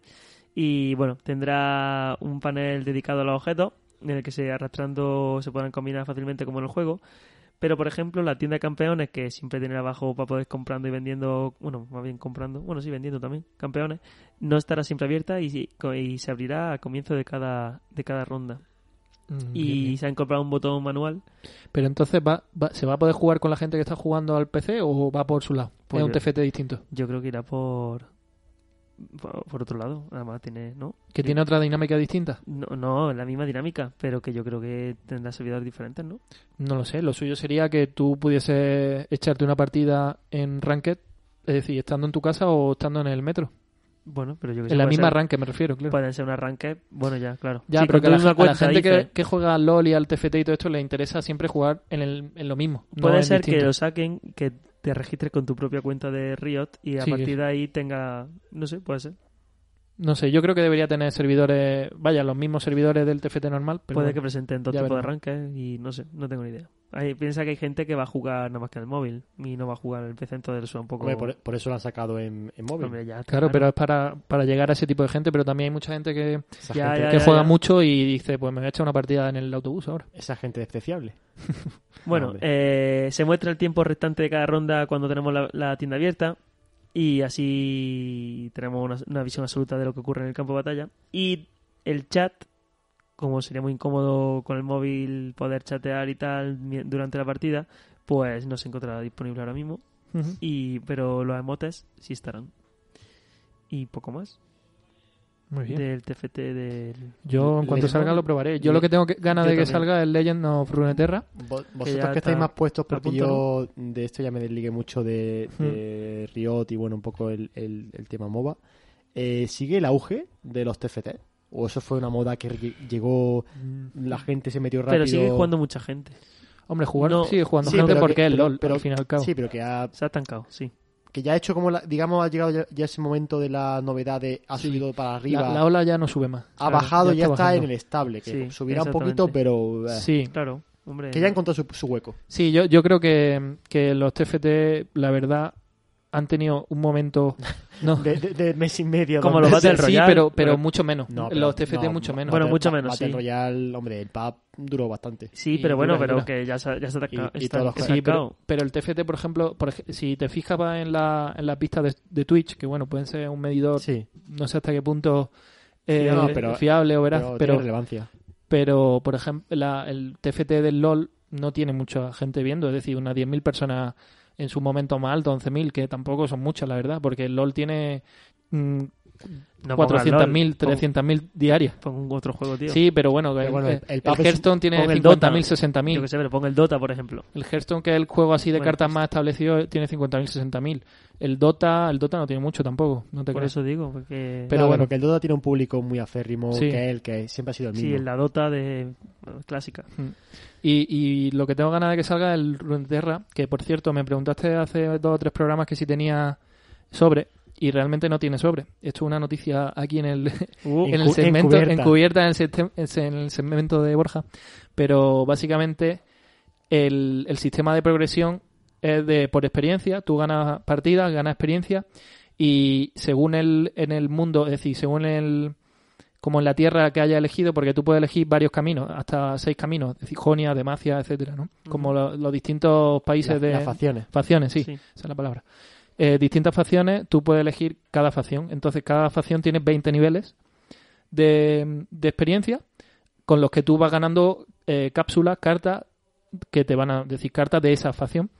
S1: Y bueno, tendrá un panel dedicado a los objetos, en el que se arrastrando se puedan combinar fácilmente como en el juego. Pero por ejemplo, la tienda de campeones, que siempre tiene abajo para poder comprando y vendiendo, bueno, más bien comprando, bueno, sí, vendiendo también, campeones, no estará siempre abierta y, y se abrirá al comienzo de cada, de cada ronda.
S3: Mm, bien,
S1: Y
S3: bien.
S1: se ha incorporado un botón manual
S3: Pero entonces, va, va- ¿se va a poder jugar con la gente que está jugando al PC o va por su lado?
S1: Pues
S3: es un
S1: yo-
S3: TFT distinto.
S1: Yo creo que irá por por por otro lado, además tiene, ¿no?
S3: Que
S1: Yo-
S3: tiene otra dinámica distinta.
S1: no, no, la misma dinámica, pero que yo creo que tendrá servidores diferentes, ¿no?
S3: No lo sé, lo suyo sería que tú pudieses echarte una partida en Ranked, es decir, estando en tu casa o estando en el metro.
S1: Bueno, pero yo que sé,
S3: En la
S1: puede
S3: misma
S1: ser-
S3: arranque me refiero, claro.
S1: Pueden ser un arranque, bueno, ya, claro.
S3: Ya,
S1: Sí,
S3: pero
S1: con
S3: que a la,
S1: tu misma
S3: gen- a la
S1: cuenta,
S3: gente que,
S1: dice.
S3: que juega al LOL y al TFT y todo esto le interesa siempre jugar en, el, en lo mismo. no
S1: Puede
S3: en
S1: ser que
S3: distinto.
S1: lo saquen, que te registres con tu propia cuenta de Riot y a
S3: Sí,
S1: partir de ahí tenga. No sé, puede ser.
S3: No sé, yo creo que debería tener servidores, vaya, los mismos servidores del TFT normal, pero
S1: puede
S3: bueno.
S1: que presenten dos
S3: ya
S1: tipos de
S3: veremos.
S1: arranques y no sé, no tengo ni idea. Ahí piensa que hay gente que va a jugar nada más que en el móvil y no va a jugar en el PC, entonces le suena un poco.
S2: Hombre, por, por eso lo han sacado en, en móvil.
S1: Hombre, ya está,
S3: Claro, pero es para, para llegar a ese tipo de gente, pero también hay mucha gente que,
S2: esa,
S1: ya,
S2: gente,
S1: ya,
S3: que
S1: ya.
S3: juega mucho y dice, pues me voy a echar una partida en el autobús ahora.
S2: esa gente despreciable.
S1: Bueno,
S2: Hombre.
S1: eh, se muestra el tiempo restante de cada ronda cuando tenemos la, la tienda abierta. Y así tenemos una, una visión absoluta de lo que ocurre en el campo de batalla. Y el chat, como sería muy incómodo con el móvil poder chatear y tal mi- durante la partida, pues no se encontrará disponible ahora mismo. Y, pero los emotes sí estarán. Y poco más
S3: Muy bien.
S1: del TFT del...
S3: Yo en cuanto
S2: Legend-
S3: salga lo probaré. Yo lo que tengo que- ganas
S1: Yo
S3: de que
S1: también.
S3: salga es Legend of Runeterra.
S2: Vos-
S1: ya
S2: Vosotros que,
S1: está
S2: estáis más puestos, porque
S1: a punto,
S2: yo de esto ya me desligué mucho de, de Riot y bueno, un poco el, el- el tema MOBA. Eh, ¿Sigue el auge de los TFT? ¿O eso fue una moda que lle- llegó, la gente se metió rápido?
S1: Pero sigue jugando mucha gente.
S3: Hombre, jugar
S1: No,
S3: sigue jugando
S1: sí,
S3: gente
S2: pero
S3: porque
S2: que-
S3: es
S2: pero-
S3: LOL,
S2: pero-
S3: al fin y al cabo.
S2: Sí, pero que ha,
S1: Se ha estancado, sí.
S2: que ya ha hecho como, la- digamos, ha llegado ya, ya ese momento de la novedad de ha
S3: Sí.
S2: subido para arriba,
S3: la, la ola ya no sube más.
S2: ha
S3: Claro,
S2: bajado, ya, está,
S3: bajando.
S2: en el estable, que
S1: Sí,
S2: subirá un poquito,
S1: exactamente.
S2: pero... eh,
S3: Sí,
S1: Claro, hombre.
S2: Que ya ha encontrado su, su hueco.
S3: Sí, yo, yo creo que, que los TFT, la verdad, han tenido un momento. No,
S2: De, de- de mes y medio.
S1: Como
S2: dos
S1: los
S2: meses.
S1: Battle
S3: sí,
S1: Royale,
S3: pero, pero
S1: pero-
S3: mucho menos.
S2: No, pero-
S3: los TFT,
S2: no,
S3: mucho
S2: ba-
S3: menos.
S1: Bueno,
S2: Battle-
S1: mucho
S2: Ba-
S1: menos,
S2: Battle
S1: sí.
S2: Royale, hombre, el pub duró bastante.
S1: Sí,
S3: Y
S1: pero bueno,
S3: dura,
S1: pero
S3: dura.
S1: que ya se ha, ya se ha atacado-
S2: Y- y
S1: está-
S2: todos los
S1: está
S3: Sí, pero,
S1: atacado.
S3: pero el TFT, por ejemplo, por ej- si te fijas va en la, en la pista de, de Twitch, que bueno, pueden ser un medidor,
S2: Sí,
S3: no sé hasta qué punto eh,
S2: Sí, no, pero-
S3: fiable o veraz,
S2: pero, tiene
S3: pero,
S2: relevancia.
S3: pero por ejemplo, la- el TFT del LOL no tiene mucha gente viendo, es decir, unas 10.000 personas en su momento más alto, 11.000, que tampoco son muchas, la verdad, porque el LOL tiene mm,
S1: No pongas LOL,
S3: 400.000,
S1: pon-
S3: 300.000 diarias.
S1: Pon otro juego, tío.
S3: Sí, pero bueno,
S2: Pero
S3: el,
S2: bueno,
S3: el,
S2: el- el Pub es-
S3: Hearthstone tiene
S1: pon el Dota.
S3: 50.000,
S1: Yo
S3: 60.000.
S1: que sé, pero pon el Dota, por ejemplo.
S3: El Hearthstone, que es el juego así de
S1: Bueno,
S3: cartas
S1: pues-
S3: más establecido, tiene 50.000, 60.000. El Dota, el Dota no tiene mucho tampoco, no te
S1: Por
S3: creas.
S1: eso digo, porque...
S3: Pero
S2: Pero
S3: bueno.
S2: bueno, que el Dota tiene un público muy acérrimo,
S3: Sí.
S2: que es el que siempre ha sido el mismo.
S1: sí, en la Dota de... bueno, clásica.
S3: Y, y lo que tengo ganas de que salga es el Runeterra, que por cierto, me preguntaste hace dos o tres programas que si tenía sobre, y realmente no tiene sobre. Esto es una noticia aquí en el,
S1: Uh,
S3: en el
S2: Encu-
S3: segmento,
S2: encubierta.
S3: encubierta en el, sistem- en se- en el segmento de Borja, pero básicamente el, el sistema de progresión es de por experiencia, tú ganas partidas, ganas experiencia y según el en el mundo, es decir, según el como en la tierra que haya elegido, porque tú puedes elegir varios caminos, hasta seis caminos, es decir, Jonia, Demacia, etcétera, ¿no? Como lo- los distintos países
S2: Las-
S3: de
S2: las facciones.
S3: facciones, sí
S1: sí.
S3: esa es la palabra. Eh, distintas facciones, tú puedes elegir cada facción. Entonces, cada facción tiene 20 niveles de, de experiencia con los que tú vas ganando eh, cápsulas, cartas, que te van a decir cartas de esa facción,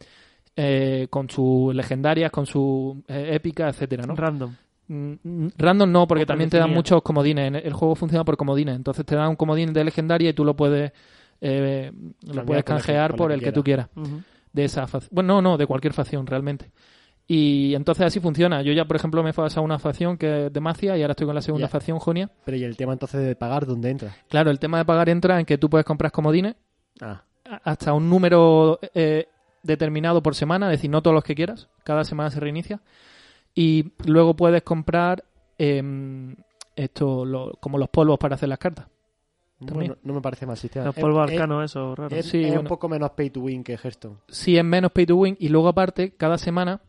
S3: eh, con sus legendarias, con sus eh, épicas, etcétera, ¿no?
S1: Random.
S3: Mm, mm, Random no, porque
S1: O
S3: también te dan
S1: predefinida.
S3: muchos comodines. En- El juego funciona por comodines. Entonces te dan un comodín de legendaria y tú lo puedes, eh, lo
S2: Cambiar
S3: puedes
S2: por la que-
S3: canjear
S2: por la
S3: por
S2: que
S3: el que tú quieras
S1: Ujú.
S3: de esa facción. Bueno, no, no, de cualquier facción realmente. Y entonces así funciona. Yo ya, por ejemplo, me he pasado a una facción que es Demacia y ahora estoy con la segunda
S2: Ya.
S3: facción, Jonia.
S2: Pero y el tema entonces de pagar, ¿dónde entra?
S3: Claro, el tema de pagar entra en que tú puedes comprar comodines
S2: Ah,
S3: a- hasta un número eh, determinado por semana, es decir, no todos los que quieras. Cada semana se reinicia. Y luego puedes comprar em, esto, lo- como los polvos para hacer las cartas. También.
S2: bueno, no me parece mal sistema.
S1: Los
S2: Es-
S1: polvos
S2: es-
S1: arcanos, eso, raro.
S2: Es,
S3: Sí,
S2: es un
S3: bueno.
S2: poco menos pay to win que Hearthstone.
S3: si es menos pay to win y luego aparte cada semana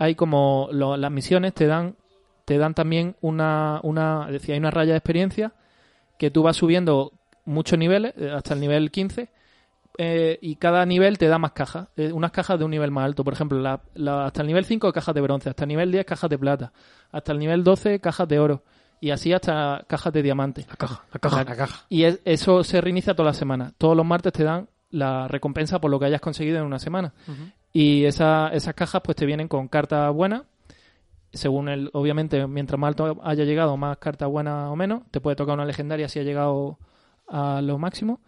S3: hay como lo- las misiones te dan te dan también una una es decir, hay una raya de experiencia que tú vas subiendo muchos niveles eh, hasta el nivel 15 eh, y cada nivel te da más cajas eh, unas cajas de un nivel más alto por ejemplo la- la- hasta el nivel 5 cajas de bronce hasta el nivel 10 cajas de plata hasta el nivel 12 cajas de oro y así hasta cajas de diamante
S2: La caja, la caja.
S3: y es- eso se reinicia todas las semanas. Todos los martes te dan la recompensa por lo que hayas conseguido en una semana.
S1: Ujú.
S3: Y esa- esas cajas pues te vienen con cartas buenas. Según el, obviamente, mientras más alto haya llegado, más cartas buenas o menos. Te puede tocar una legendaria si ha llegado a lo máximo.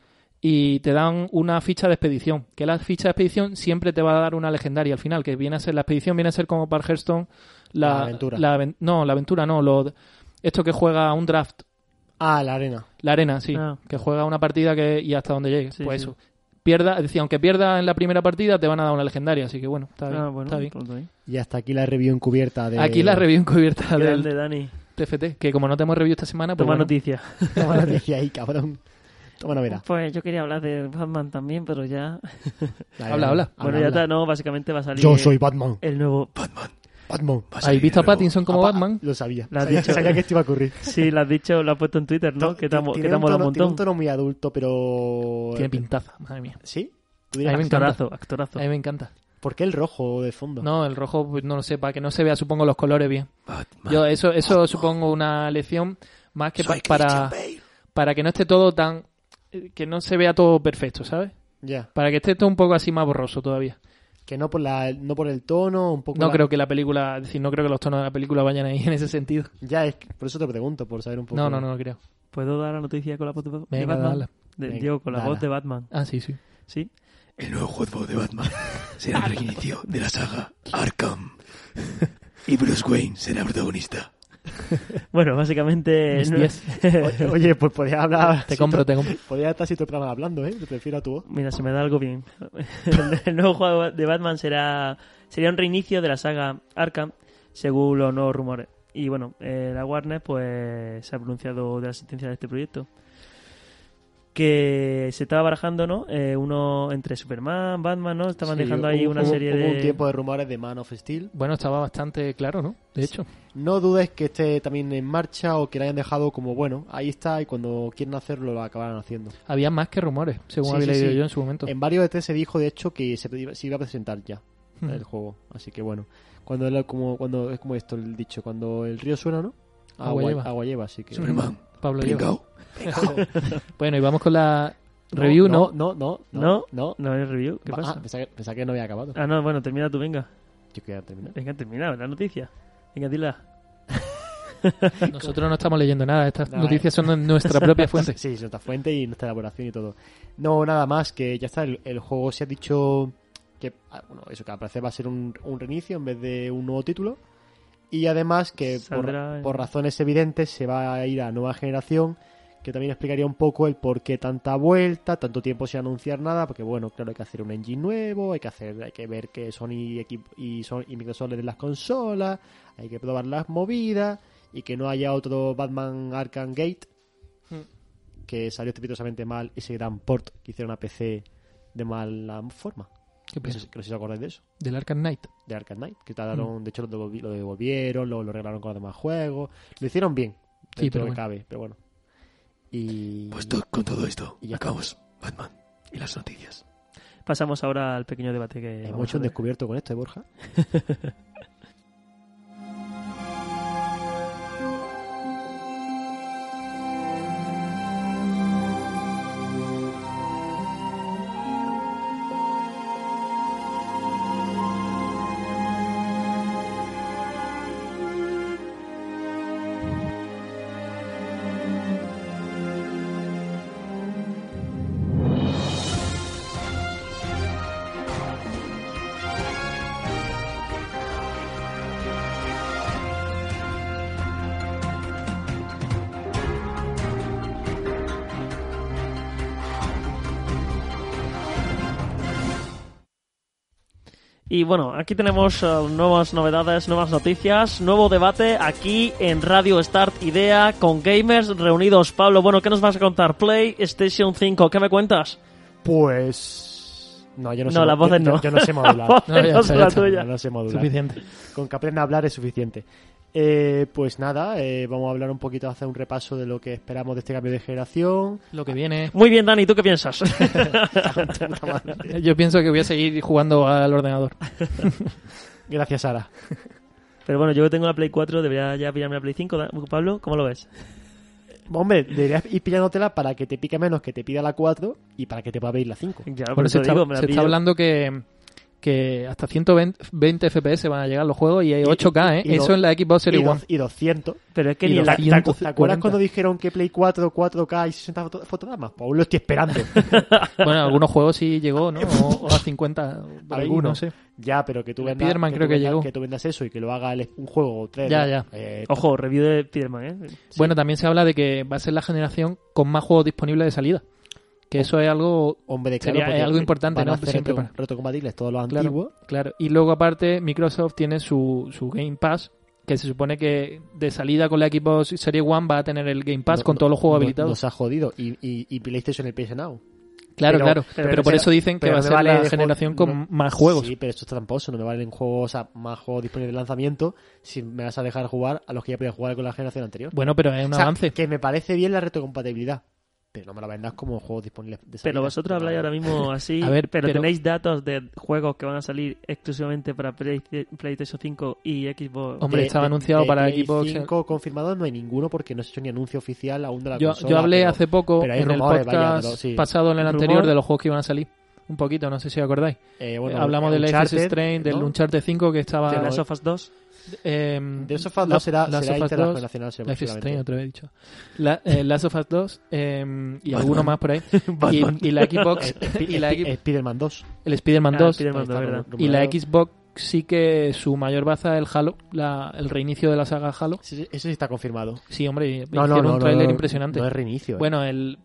S3: y te dan una ficha de expedición. Que la ficha de expedición siempre te va a dar una legendaria al final, que viene a ser la expedición, viene a ser como para Hearthstone la,
S2: La aventura.
S3: aven- no, la aventura no, lo, esto que juega un draft,
S2: Ah, la arena.
S3: la arena, sí,
S1: Ah.
S3: que juega una partida que y hasta donde llegue.
S1: Sí,
S3: pues
S1: sí.
S3: eso. Pierda, es decir, aunque pierda en la primera partida, te van a dar una legendaria, así que bueno, está bien.
S1: Ah, bueno,
S3: está bien.
S1: pronto ahí.
S2: Y hasta aquí la review encubierta de.
S3: Aquí la review encubierta del
S1: Grande, Dani.
S2: Ah,
S3: TFT, que como no te hemos review esta semana, pues
S1: Toma
S3: bueno,
S1: noticias.
S2: Toma la noticia ahí, cabrón. Toma novedad.
S1: Pues yo quería hablar de Batman también, pero ya.
S2: Dale,
S3: Habla,
S2: dale.
S3: habla.
S1: Bueno, ya está, no, básicamente va a salir.
S2: Ah, Yo soy Batman.
S1: El nuevo.
S2: Batman.
S3: ¿habéis visto a Pattinson como
S2: Apa-
S3: Batman?
S2: Lo sabía.
S1: Lo has
S2: Sabía,
S1: dicho.
S2: sabía que esto iba a ocurrir.
S1: Sí, lo has dicho, lo has puesto en Twitter, ¿no? Que te ha mo- que
S2: Tiene
S1: te ha
S2: un
S1: molado un
S2: tono- Tiene
S1: montón.
S2: un tono muy adulto, pero.
S3: Tiene pintaza, madre mía.
S2: ¿Sí? ¿Tú
S3: A
S2: dirás?
S3: mí me encanta.
S1: Actorazo, actorazo.
S3: A mí me encanta.
S2: ¿Por qué el rojo de fondo?
S3: No, el rojo, pues, no lo sé, para que no se vea, supongo, los colores bien. Yo, eso, eso supongo una lección más que pa- para, para que no esté todo tan. eh, que no se vea todo perfecto, ¿sabes?
S2: Ya.
S3: Para que esté todo un poco así más borroso todavía. Que
S2: Que no por, la, no por el tono, un poco.
S3: No
S2: la-
S3: creo que la película, es decir, no creo que los tonos de la película vayan ahí en ese sentido.
S2: Ya, es que- por eso te pregunto, por saber un poco.
S3: No, no, no lo creo.
S1: ¿Puedo dar la noticia con la voz de Bat- de
S3: Venga,
S1: Batman?
S3: dala.
S1: De-
S2: Venga,
S1: Digo, con la
S2: dala.
S1: voz de Batman,
S3: Ah, sí, sí.
S1: ¿sí?
S5: El nuevo juego de Batman será el reinicio de la saga Arkham. Y Bruce Wayne será protagonista.
S1: Bueno,
S2: Eh,
S1: básicamente.
S3: Mis
S1: no-
S3: 10.
S2: Oye, oye, pues podrías hablar.
S3: Te compro, te compro.
S2: Podrías estar si te programas hablando, ¿eh? Te prefiero a tu voz.
S1: Mira, se me da algo bien. el nuevo juego de Batman será sería un reinicio de la saga Arkham, según los nuevos rumores. Y bueno, eh, la Warner pues se ha pronunciado de la existencia de este proyecto. Que se estaba barajando, ¿no? Eh, uno entre Superman, Batman, ¿no? Estaban
S2: Sí,
S1: dejando
S2: hubo-
S1: ahí una
S2: hubo-
S1: serie
S2: hubo
S1: de...
S2: un tiempo de rumores de Man of Steel.
S3: Bueno, estaba bastante claro, ¿no? De hecho.
S2: No dudes que esté también en marcha o que la hayan dejado como bueno. Ahí está y cuando quieren hacerlo lo acabarán haciendo.
S3: Había más que rumores, según
S2: Sí,
S3: había
S2: sí,
S3: leído
S2: sí. Em,
S3: yo en su momento.
S2: En varios E3 se dijo, de hecho, que se, iba- se iba a presentar ya
S3: Ujú.
S2: el juego. Así que bueno, cuando es como, cuando, es como esto el dicho, cuando el río suena, ¿no?
S3: Agua lleva.
S2: agua lleva, así que...
S5: Superman,
S3: Pablo lleva.
S5: pringao.
S3: Bueno, y vamos con la review, ¿no?
S2: No, no, no.
S1: No.
S2: no.
S1: No es review, ¿qué
S2: Ah,
S1: pasa?
S2: pensaba, que, pensaba que no había acabado.
S1: Ah, no, bueno, termina tú, venga.
S2: Yo quería terminar.
S1: Venga, termina la noticia. Venga, dila.
S3: Nosotros no estamos leyendo nada, estas
S2: Nada.
S3: noticias son de nuestra propia fuente.
S2: Sí, nuestra fuente y nuestra elaboración y todo. No, nada más, que ya está, el, el juego se ha dicho que, ah, bueno, eso, que al parecer va a ser un, un reinicio en vez de un nuevo título. Y además que por,
S1: Saldrá en-
S2: por razones evidentes se va a ir a nueva generación, que también explicaría un poco el por qué tanta vuelta, tanto tiempo sin anunciar nada, porque bueno, claro, hay que hacer un engine nuevo, hay que hacer, hay que ver que Sony y, equip- y, Son- y Microsoft le den las consolas, hay que probar las movidas y que no haya otro Batman Arkham Gate
S1: Hmm.
S2: que salió estrepitosamente mal ese gran port que hicieron a PC de mala forma.
S3: ¿Qué
S2: No
S3: piensas?
S2: sé, si- no sé si os acordáis de eso,
S3: Del Arkham Knight.
S2: de Arkham Knight, que tardaron, de hecho lo, devolvi- lo devolvieron, luego lo regalaron con los demás juegos, lo hicieron bien,
S3: Sí,
S2: dentro
S3: pero
S2: de lo
S3: bueno.
S2: que cabe, pero bueno. Y
S5: Pues to- con todo esto,
S2: Y ya está.
S5: acabamos Batman y las noticias.
S1: Pasamos ahora al pequeño debate que...
S2: hemos
S1: vamos a
S2: hecho un
S1: tener.
S2: eh, descubierto con esto, ¿eh, Borja?
S1: Y bueno, aquí tenemos eh, nuevas novedades, nuevas noticias, nuevo debate aquí en Radio Start Idea con gamers reunidos. Pablo, bueno, ¿qué nos vas a contar? PlayStation 5, ¿qué me cuentas?
S2: Pues... No, yo no, sé.
S1: No,
S2: mo-
S1: las
S2: yo-
S1: voces
S2: yo-
S1: no.
S2: Yo, no sé modular.
S1: Las voces
S3: No, ya
S1: no
S3: está,
S1: son
S3: ya
S1: la
S3: está,
S1: tuya.
S2: Yo no sé modular.
S3: Suficiente.
S2: Con que aprenda a hablar es suficiente. Eh, pues nada, eh, vamos a hablar un poquito, hacer un repaso de lo que esperamos de este cambio de generación.
S3: Lo que viene.
S1: Muy bien, Dani, ¿tú qué piensas?
S3: Yo pienso que voy a seguir jugando al ordenador.
S2: Gracias, Sara.
S1: Pero bueno, yo tengo la Play 4, debería ya pillarme la Play 5, Da- Pablo, ¿cómo lo ves?
S2: Hombre, deberías ir pillándotela para que te pique menos que te pida la 4 y para que te pueda pedir la 5.
S1: Claro,
S3: Bueno,
S1: por
S3: se
S1: eso
S3: está,
S1: digo, me la
S3: se está
S1: pillo.
S3: hablando que, que hasta 120 FPS van a llegar los juegos y hay
S2: Y-
S3: 8K, ¿eh?
S2: y- y
S3: Eso
S2: do-
S3: en la Xbox
S2: Y,
S3: Series
S2: do-
S3: One.
S2: y 200.
S1: Pero es que
S2: Y
S1: ni en
S2: los
S1: la
S2: 100, ¿Te acuerdas
S3: 140?
S2: cuando dijeron que Play 4, 4K y 60 foto- fotogramas? Pues aún lo estoy esperando.
S3: Bueno, algunos juegos sí llegó, ¿no? O, o a 50,
S2: Ahí,
S3: algunos,
S2: ¿no?
S3: sé.
S2: ya, pero que tú
S3: El
S2: vendas,
S3: Spider-Man
S2: que tú
S3: creo que
S2: vendas-
S3: llegó.
S2: que tú vendas eso y que lo haga el- un juego o tres.
S3: Ya,
S2: ¿no?
S3: ya.
S2: Eh,
S1: Ojo, review de Spiderman, ¿eh?
S3: Bueno, también se habla de que va a ser la generación con más juegos disponibles de salida.
S2: Oh.
S3: Que eso es algo
S2: hombre, claro,
S3: Sería
S2: porque
S3: algo importante,
S2: van
S3: ¿no?
S2: A hacer
S3: Siempre
S2: retro-
S3: para-
S2: retrocompatibles todos los
S3: Claro.
S2: antiguos.
S3: Claro, y luego aparte Microsoft tiene su, su Game Pass, que se supone que de salida con la Xbox Series One va a tener el Game Pass
S2: No-
S3: con todos los juegos
S2: no-
S3: habilitados.
S2: Nos ha jodido. Y, y, y PlayStation el PS Now. pero-
S3: claro, claro, pero,
S1: pero-
S3: por
S1: pero-
S3: eso dicen que
S2: pero
S3: va
S2: no
S3: a ser
S2: me vale
S3: la
S2: de
S3: generación
S2: juego-
S3: con
S2: no-
S3: más juegos.
S2: Sí, pero esto es tramposo. No me valen juegos, o sea, más juegos disponibles de lanzamiento si me vas a dejar jugar a los que ya podía jugar con la generación anterior.
S3: Bueno, pero es un
S2: O sea,
S3: avance.
S2: Que me parece bien la retrocompatibilidad. Pero no me la vendas como juegos disponibles de salida.
S1: Pero vosotros habláis ahora mismo así,
S3: A ver,
S1: pero,
S3: pero-
S1: tenéis datos de juegos que van a salir exclusivamente para Play- PlayStation 5 y Xbox.
S3: Hombre, estaba anunciado
S2: de
S3: para
S2: Play
S3: Xbox. eh.
S2: 5 confirmado no hay ninguno porque no se ha hecho ni anuncio oficial aún de la
S3: Yo,
S2: consola.
S3: yo hablé
S2: pero-
S3: hace poco en
S2: pero hay
S3: el
S2: rumores,
S3: podcast
S2: vaya, pero sí.
S3: pasado, en el
S1: Rumor.
S3: anterior, de los juegos que iban a salir. Un poquito, no sé si acordáis.
S2: eh, bueno,
S3: Eh, Hablamos
S2: eh,
S3: del Life is
S2: Uncharted,
S3: Strange, del
S2: ¿no?
S3: Uncharted 5 que estaba...
S1: de Last of Us 2.
S3: em,
S2: De Us 2
S3: la-
S2: será,
S3: Last
S2: será
S3: of Us 2,
S2: intergeneracional, será
S3: Life is Strange,
S2: seguramente.
S3: otra vez he dicho. La, eh, Last of Us 2 em, y alguno más por ahí. Y,
S5: Batman.
S3: y la Xbox,
S2: Eh, Spi-
S3: y la
S2: Spi-
S3: Xbox-
S2: Spider-Man 2.
S3: el Spider-Man
S1: Ah,
S3: 2
S1: Spider-Man 2,
S2: Ahí está,
S1: ¿verdad?
S2: rum-
S3: y la
S2: rumoreado.
S3: Xbox sí que su mayor baza es el Halo, la- el reinicio de la saga Halo.
S2: Sí, sí, Eso sí está confirmado.
S3: Sí, hombre, y-
S2: No, no,
S3: hicieron
S2: no,
S3: un
S2: no,
S3: tráiler
S2: no,
S3: impresionante.
S2: No es reinicio. eh.
S3: bueno, el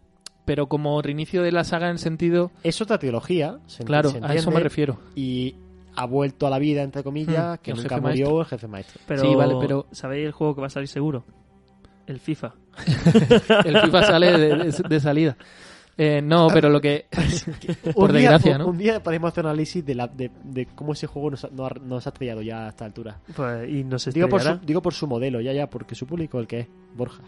S3: pero como reinicio de la saga en el sentido,
S2: es otra trilogía. se enti-
S3: claro,
S2: se
S3: a eso me
S2: entiende,
S3: refiero.
S2: Y ha vuelto a la vida, entre comillas,
S3: Mm,
S2: que
S3: el
S2: nunca
S3: jefe
S2: murió el jefe maestro.
S1: Pero,
S3: Sí, vale, pero-
S1: ¿Sabéis el juego que va a salir seguro? El FIFA.
S3: El FIFA sale de, de- de salida. Eh,
S2: Ah,
S3: no, pero lo que Por
S2: Un día- un-
S3: desgracia, ¿no?
S2: Un día podemos hacer un análisis de, la, de, de cómo ese juego nos ha, nos ha- nos ha estrellado ya a esta altura.
S1: Pues, y no se
S2: Digo por, su,
S1: estrellará.
S2: digo por su modelo, ya, ya, porque su público el que es, Borja.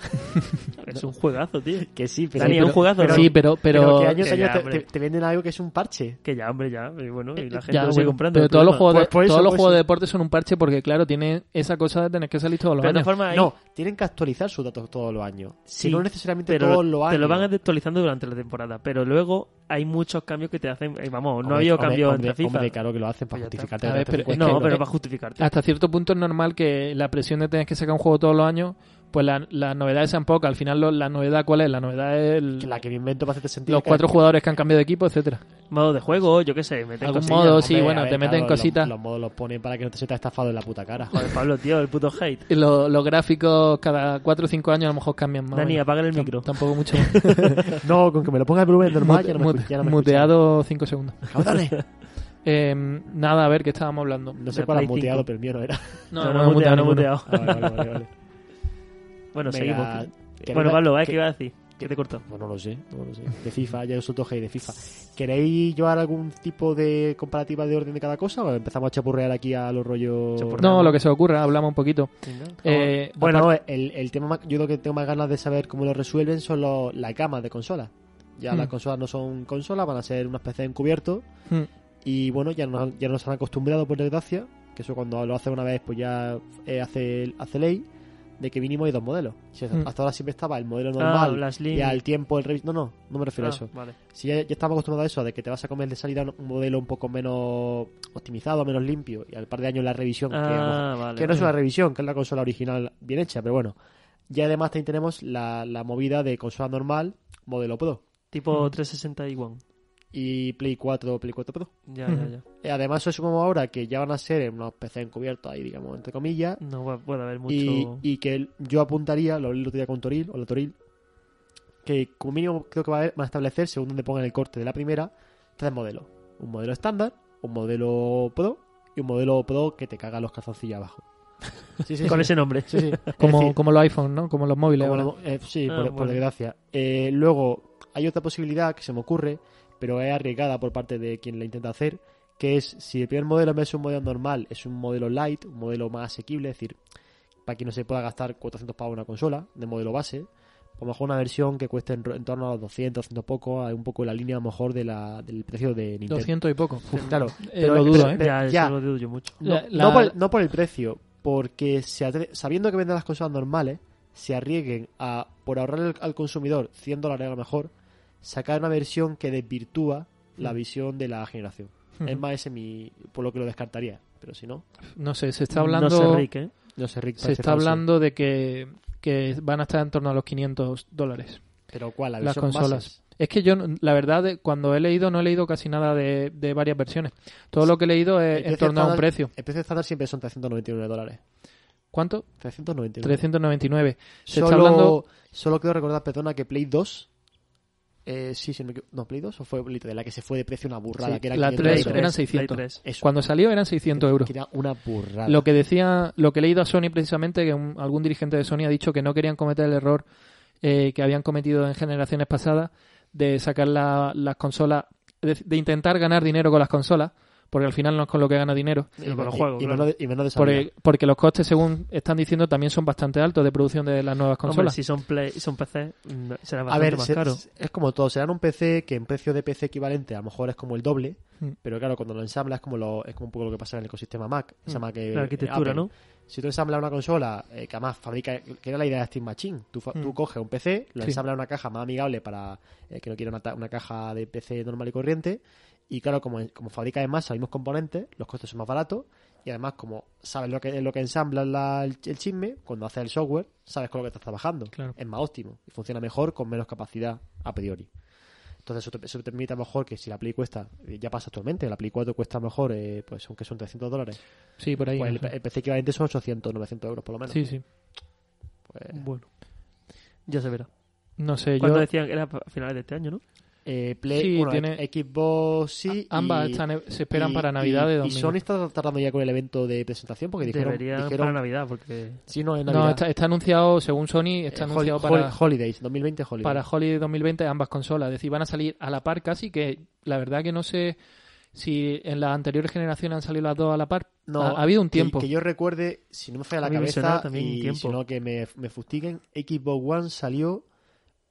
S1: Es un juegazo, tío.
S2: Que sí, pero.
S1: Dani, es
S2: pero-
S1: un juegazo. ¿no?
S3: sí, pero
S2: pero
S3: pero,
S2: que años
S1: que
S2: años
S1: ya,
S2: te-
S1: hombre.
S2: te, te venden algo que es un parche.
S1: Que ya, hombre, ya. Y bueno, y la gente
S3: ya,
S1: lo
S3: sí,
S1: sigue comprando.
S3: pero
S1: el
S3: todos los
S1: problema.
S3: juegos de,
S2: Pues por eso,
S3: todos los
S2: por
S3: juegos
S2: eso.
S3: de deporte son un parche porque claro, tiene esa cosa de tener que salir todos los
S1: Pero de
S3: años.
S1: todas formas, ahí-
S2: No, tienen que actualizar sus datos todos los años.
S1: Sí,
S2: Si no necesariamente
S1: pero
S2: todos los años.
S1: te lo van actualizando durante la temporada. Pero luego hay muchos cambios que te hacen. eh, vamos, no
S2: Hombre,
S1: ha habido
S2: hombre,
S1: cambio
S2: hombre,
S1: entre FIFA.
S2: hombre, claro que lo hacen para
S1: Pues ya está.
S2: justificarte.
S3: A ver,
S2: que te
S3: pero-
S2: cuesta.
S3: es
S1: no,
S3: que-
S1: pero
S3: eh,
S1: para justificarte.
S3: hasta cierto punto es normal que la presión de tener que sacar un juego todos los años, pues la- las novedades sean pocas. Al final, lo- la novedad, ¿cuál es? La novedad es el-
S2: Que la que me invento para hacerte sentir.
S3: los
S2: que-
S3: cuatro jugadores que han cambiado de equipo, etcétera
S1: Modo de juego, yo qué sé. meten
S3: Algún
S1: cosillas.
S3: modo,
S2: Hombre,
S3: sí,
S2: a
S3: bueno,
S2: ver,
S3: te meten
S2: claro, los-
S3: cositas.
S2: Los, modos los ponen para que no te sientas estafado en la puta cara.
S1: Joder, Pablo, tío, el puto hate.
S3: Y lo- los gráficos cada cuatro o cinco años a lo mejor cambian más. o
S1: Dani,
S3: menos.
S1: apágale el
S3: Tam-
S1: micro.
S3: Tampoco mucho.
S2: no, con que me lo ponga el volumen normal, ya no me,
S3: Mute-
S2: escu- ya no me
S3: muteado cinco segundos.
S2: escuchan. Cabrones.
S3: Eh, nada, a ver, ¿qué estábamos hablando?
S2: No sé
S1: La
S2: cuál
S1: Play
S2: ha muteado,
S1: cinco.
S2: pero el mío no era.
S1: No, no, no, muteado, no,
S3: ninguno.
S1: muteado.
S2: Ah, vale, vale, vale, vale.
S1: Bueno,
S2: Venga,
S1: seguimos.
S2: ¿queréis-
S1: Bueno, Pablo, ¿eh?
S2: que-
S1: ¿qué iba a decir? ¿Qué te cortó?
S2: Pues no lo sé, no lo sé. De FIFA, ya os toque de FIFA. ¿Queréis llevar algún tipo de comparativa de orden de cada cosa o empezamos a chapurrear aquí a los rollos?
S1: Chapurrear.
S3: No, lo que se ocurra, hablamos un poquito. Eh,
S2: Oh, Bueno, el, el tema más- yo lo que tengo más ganas de saber cómo lo resuelven son los- la gama de consolas. Ya
S3: Hmm.
S2: las consolas no son consolas, van a ser unas PC encubiertos.
S3: Hmm.
S2: Y bueno, ya nos, ya nos han acostumbrado, por desgracia, que eso cuando lo hacen una vez, pues ya eh, hace, hace ley, de que mínimo hay dos modelos. Si hasta-
S3: Hmm.
S2: Hasta ahora siempre estaba el modelo
S1: Mm. Ah,
S2: normal.
S1: Blas Lin.
S2: y al tiempo el revis- No, no, no me refiero
S1: Ah,
S2: a eso.
S1: Vale.
S2: Si ya, ya estamos acostumbrados a eso, de que te vas a comer de salida un un modelo un poco menos optimizado, menos limpio, y al par de años la revisión, que a lo mejor
S1: Ah, vale.
S2: que no es una
S1: vale.
S2: revisión, que es la consola original bien hecha, pero bueno. Y además también tenemos la, la movida de consola normal, modelo Pro.
S1: Tipo
S3: Mm.
S1: 360 y One.
S2: Y Play 4, Play 4 Pro.
S1: Ya,
S3: Ujú.
S1: ya, ya.
S2: Eh, Además, eso sumamos ahora que ya van a ser unos PC encubiertos ahí, digamos, entre comillas.
S1: No va- puede haber mucho.
S2: Y, y que el- yo apuntaría, lo hablé el otro día con Toril, o la Toril, que como mínimo creo que va a haber- van a establecer, según donde pongan el corte de la primera, tres modelos. Un modelo estándar, un modelo Pro y un modelo Pro que te caga los calzoncillos abajo. Sí, sí,
S1: Con
S2: sí.
S1: ese nombre.
S2: Sí, sí. Es
S3: como,
S2: decir,
S3: como los iPhones, ¿no? Como los móviles.
S2: Como
S3: ahora.
S2: lo- eh, sí,
S1: Ah,
S2: por, por
S1: bueno.
S2: desgracia. Eh, luego, hay otra posibilidad que se me ocurre, pero es arriesgada por parte de quien la intenta hacer, que es si el primer modelo en vez de ser un modelo normal es un modelo light, un modelo más asequible, es decir, para que no se pueda gastar 400 pavos en una consola de modelo base, o mejor una versión que cueste en, ro- en torno a los 200, 100 poco, hay un poco en la línea a lo mejor de la- del precio de Nintendo.
S3: 200 y poco. Uf,
S2: Claro,
S3: eh,
S2: pero-
S3: lo duro,
S2: pero-
S3: ¿eh?
S2: pero-
S1: ya,
S2: ya.
S1: eso lo dudo yo mucho.
S2: No,
S3: La-
S2: no
S3: la-
S2: por, el- no por el precio, porque se atre- sabiendo que venden las consolas normales, se arriesguen a, por ahorrar el- al consumidor
S3: Hmm.
S2: 100 dólares a lo mejor, sacar una versión que desvirtúa la visión de la generación.
S3: Ujú.
S2: Es más, ese mi. Por lo que lo descartaría. Pero si no,
S3: No sé, se está hablando...
S1: No sé, Rick, ¿eh?
S2: no sé, Rick.
S3: Se
S2: parece
S3: está
S2: falso.
S3: hablando de que, que van a estar en torno a los 500 dólares.
S2: Pero ¿cuál? ¿La
S3: las
S2: versión
S3: consolas.
S2: bases?
S3: Es que yo, la verdad, de- cuando he leído, no he leído casi nada de, de varias versiones. Todo lo que he leído es
S2: El
S3: eh, en
S2: precio
S3: torno a un
S2: estándar-
S3: precio.
S2: El precio estándar siempre son 399 dólares.
S3: ¿Cuánto?
S2: 399.
S3: 399. Se
S2: solo,
S3: está hablando...
S2: solo quiero recordar, perdona, que Play 2. Eh, sí, si no, me equivoco- no, Play 2 o fue Play 3, la que se fue de precio una burrada.
S3: Sí,
S2: que era
S3: la
S2: 500
S3: 3
S2: euros.
S1: Play
S3: eran 600.
S1: tres.
S2: Eso,
S3: Cuando salió eran 600 euros.
S2: que era una burrada.
S3: Lo que decía, lo que he leído a Sony precisamente, que un- algún dirigente de Sony ha dicho que no querían cometer el error eh, que habían cometido en generaciones pasadas de sacar la- las consolas, de, de intentar ganar dinero con las consolas, porque al final no es con lo que gana dinero.
S1: Y con los juegos,
S2: y,
S1: claro.
S2: menos de, y menos de salida.
S3: Porque, porque los costes, según están diciendo, también son bastante altos de producción de las nuevas
S1: Hombre,
S3: consolas.
S1: si son Play, son PC, mm, será
S2: A
S1: bastante
S2: ver,
S1: más
S2: se-
S1: caro.
S2: se- es como todo. Serán un PC que en precio de PC equivalente a lo mejor es como el doble,
S3: Mm.
S2: pero claro, cuando lo ensamblas es como, lo, es como un poco lo que pasa en el ecosistema Mac.
S3: Hmm.
S2: esa Mac, eh,
S1: La arquitectura,
S2: Apple.
S1: ¿no?
S2: Si tú ensamblas una consola eh, que además fabrica, que era la idea de Steam Machine, tú, fa-
S3: Mm.
S2: tú coges un PC, lo
S3: Sí.
S2: ensamblas en una caja más amigable para eh, que no quiera una, ta- una caja de PC normal y corriente, y claro, como, como fabrica además los mismos componentes, los costes son más baratos, y además como sabes lo que, lo que ensamblas la- el, el chisme, cuando haces el software, sabes con lo que estás trabajando.
S3: Claro.
S2: Es más óptimo y funciona mejor con menos capacidad a priori. Entonces eso te, eso te permite a lo mejor que si la Play cuesta, eh, ya pasa actualmente, la Play 4 cuesta a lo mejor, eh, pues aunque son 300 dólares,
S3: Sí, por ahí.
S2: pues el,
S3: no sé.
S2: el PC equivalente son 800, 900 euros por lo menos.
S3: sí, sí.
S2: Pues,
S1: Bueno, ya se verá.
S3: No sé, yo...
S1: Cuando decían que era a finales de este año, ¿no?
S2: eh, Play,
S3: Sí,
S2: bueno,
S3: tiene-
S2: Xbox sí.
S3: a- ambas
S2: y-
S3: están- se esperan
S2: y-
S3: para Navidad
S2: y-
S3: de
S2: Y
S3: 2000.
S2: Sony está tardando ya con el evento de presentación porque dijeron.
S1: Debería
S2: dijeron
S1: para Navidad, porque
S2: sí, no, es Navidad.
S3: No, está, está anunciado, según Sony,
S2: Eh,
S3: está
S2: hol-
S3: anunciado
S2: hol-
S3: para...
S2: Holidays, 2020 Holidays.
S3: para Holiday 2020 ambas consolas. Es decir, van a salir a la par casi, que la verdad que no sé si en las anteriores generaciones han salido las dos a la par.
S2: No,
S3: ha, ha habido un
S2: que-
S3: tiempo.
S2: Que, yo recuerde, si no me falla
S1: A
S2: la
S1: mí me suena
S2: cabeza,
S1: también un
S2: y
S1: tiempo.
S2: si no que me, me fustiguen, Xbox One salió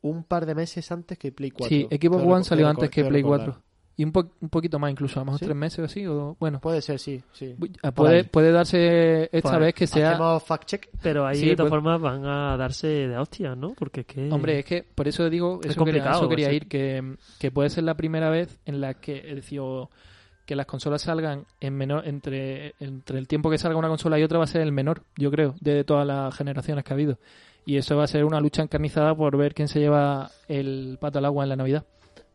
S2: un par de meses antes que Play 4.
S3: sí, Xbox
S2: Creo
S3: One
S2: reco-
S3: salió
S2: creo
S3: antes
S2: reco-
S3: que
S2: creo
S3: Play
S2: recordar.
S3: 4. Y un, po- un poquito más incluso, a lo mejor
S2: ¿Sí?
S3: tres meses o así. O, bueno,
S2: Puede ser, sí, sí.
S3: Ah,
S2: por
S3: puede,
S2: ahí.
S3: puede darse esta
S1: Por ahí.
S3: vez que sea...
S2: pues Hacemos fact check.
S1: Pero ahí
S3: Sí,
S1: de todas
S3: pues-
S1: formas van a darse de hostias, ¿no? Porque es que...
S3: Hombre, es que por eso digo,
S1: Es
S3: eso quería,
S1: complicado,
S3: eso quería
S1: sí.
S3: ir, que, que puede ser la primera vez en la que, es decir, o que las consolas salgan en menor, entre, entre el tiempo que salga una consola y otra va a ser el menor, yo creo, de todas las generaciones que ha habido. Y eso va a ser una lucha encarnizada por ver quién se lleva el pato al agua en la Navidad.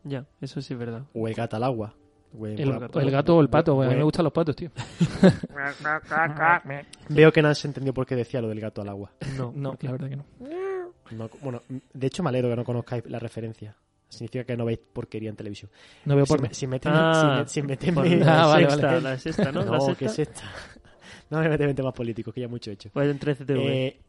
S1: Ya, eso sí es verdad.
S2: O el gato al agua. O el-
S3: El,
S2: o la-
S3: el gato o el pato, güey, a mí me
S2: Bueno,
S3: gustan los patos, tío.
S2: Veo que no has entendido por qué decía lo del gato al agua.
S1: No,
S3: No, la verdad que no.
S2: No, bueno, de hecho me alegro que no conozcáis la referencia. Significa que no veis porquería en televisión.
S3: No veo por
S2: si,
S3: mí.
S2: me- si meten-
S1: Ah,
S2: si me- si
S1: Por
S2: meten-
S1: la
S3: Ah, vale,
S1: sexta,
S3: vale.
S1: la sexta, ¿no?
S2: No,
S1: La sexta.
S2: que es esta. No me meten en temas políticos, que ya mucho he hecho.
S1: Pues en 13TV.
S2: Eh,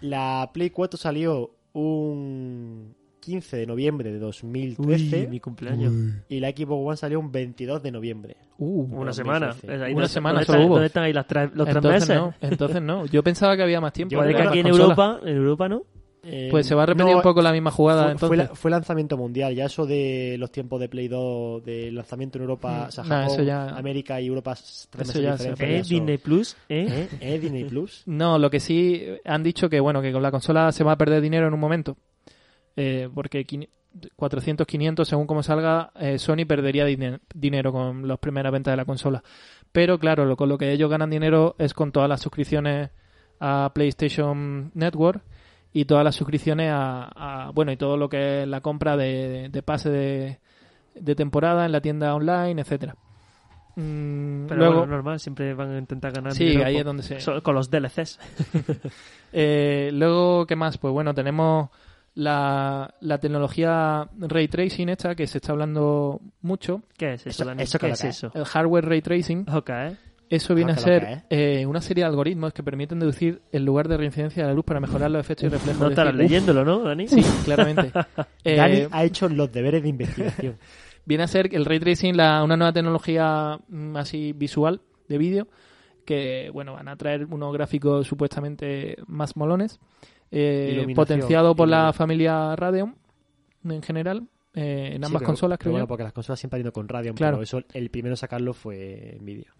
S2: la Play 4 salió un 15 de noviembre de
S1: Uy,
S2: 2013
S1: mi cumpleaños.
S2: y la Xbox One salió un 22 de noviembre.
S3: Uh,
S1: Una
S2: 2013.
S1: semana. Es ahí
S3: Una
S1: donde-
S3: semana
S1: ¿dónde
S3: solo
S1: están-
S3: hubo.
S1: ¿Dónde están ahí las tres- los tres
S3: entonces
S1: meses?
S3: no, entonces no. Yo pensaba que había más tiempo.
S2: Yo
S1: Puede que
S2: creo
S3: Las
S1: aquí en
S3: consolas.
S1: Europa, en Europa, ¿no?
S2: Eh,
S3: Pues se va a repetir
S2: no,
S3: un poco la misma jugada,
S2: Fue, fue
S3: entonces.
S2: la- fue lanzamiento mundial, ya eso de los tiempos de Play 2, de lanzamiento en Europa,
S3: Mm,
S2: o sea,
S3: nah,
S2: Japón,
S3: eso ya-
S2: América y Europa, tres
S3: Eso
S2: meses de
S3: ya
S2: diferencia,
S3: se-
S1: Eh,
S2: ya son-
S1: Disney Plus, ¿eh?
S2: ¿Eh? ¿Eh? Disney Plus.
S3: No, lo que sí eh, han dicho que bueno, que con la consola se va a perder dinero en un momento. Eh, porque quin- 400, 500, según como salga, eh, Sony perdería dine- dinero con las primeras ventas de la consola. Pero claro, lo, con lo que ellos ganan dinero es con todas las suscripciones a PlayStation Network y todas las suscripciones a, a- bueno, y todo lo que es la compra de, de pase de, de temporada en la tienda online, etcétera. Mm,
S1: Pero
S3: luego,
S1: bueno, normal, siempre van a intentar ganar
S3: sí,
S1: dinero
S3: ahí
S1: con-
S3: es donde se...
S1: so- con los DLCs.
S3: Eh, luego, ¿qué más? Pues bueno, tenemos la, la tecnología ray tracing esta que se está hablando mucho,
S1: ¿Qué es eso,
S2: Eso-
S1: Dani?
S2: eso que
S1: ¿Qué
S2: lo
S1: es
S2: que es.
S1: eso?
S3: el hardware ray tracing.
S1: Ok, ¿eh?
S3: Eso viene a
S2: Ah, que lo
S3: ser eh, una serie de algoritmos que permiten deducir el lugar de reincidencia de la luz para mejorar los efectos y reflejos.
S1: No
S3: Es decir,
S1: estarás leyéndolo, ¿no, Dani?
S3: Sí, claramente. Eh,
S2: Dani ha hecho los deberes de investigación.
S3: viene a ser el ray tracing la, una nueva tecnología mm, así visual de vídeo que bueno van a traer unos gráficos supuestamente más molones eh,
S2: Iluminación,
S3: potenciado por la
S2: iluminación.
S3: familia Radeon en general eh, en
S2: Sí,
S3: ambas
S2: pero-
S3: consolas
S2: pero
S3: creo
S2: bueno,
S3: yo.
S2: porque las consolas siempre han ido con Radeon,
S3: Claro.
S2: pero eso, el primero a sacarlo fue Nvidia.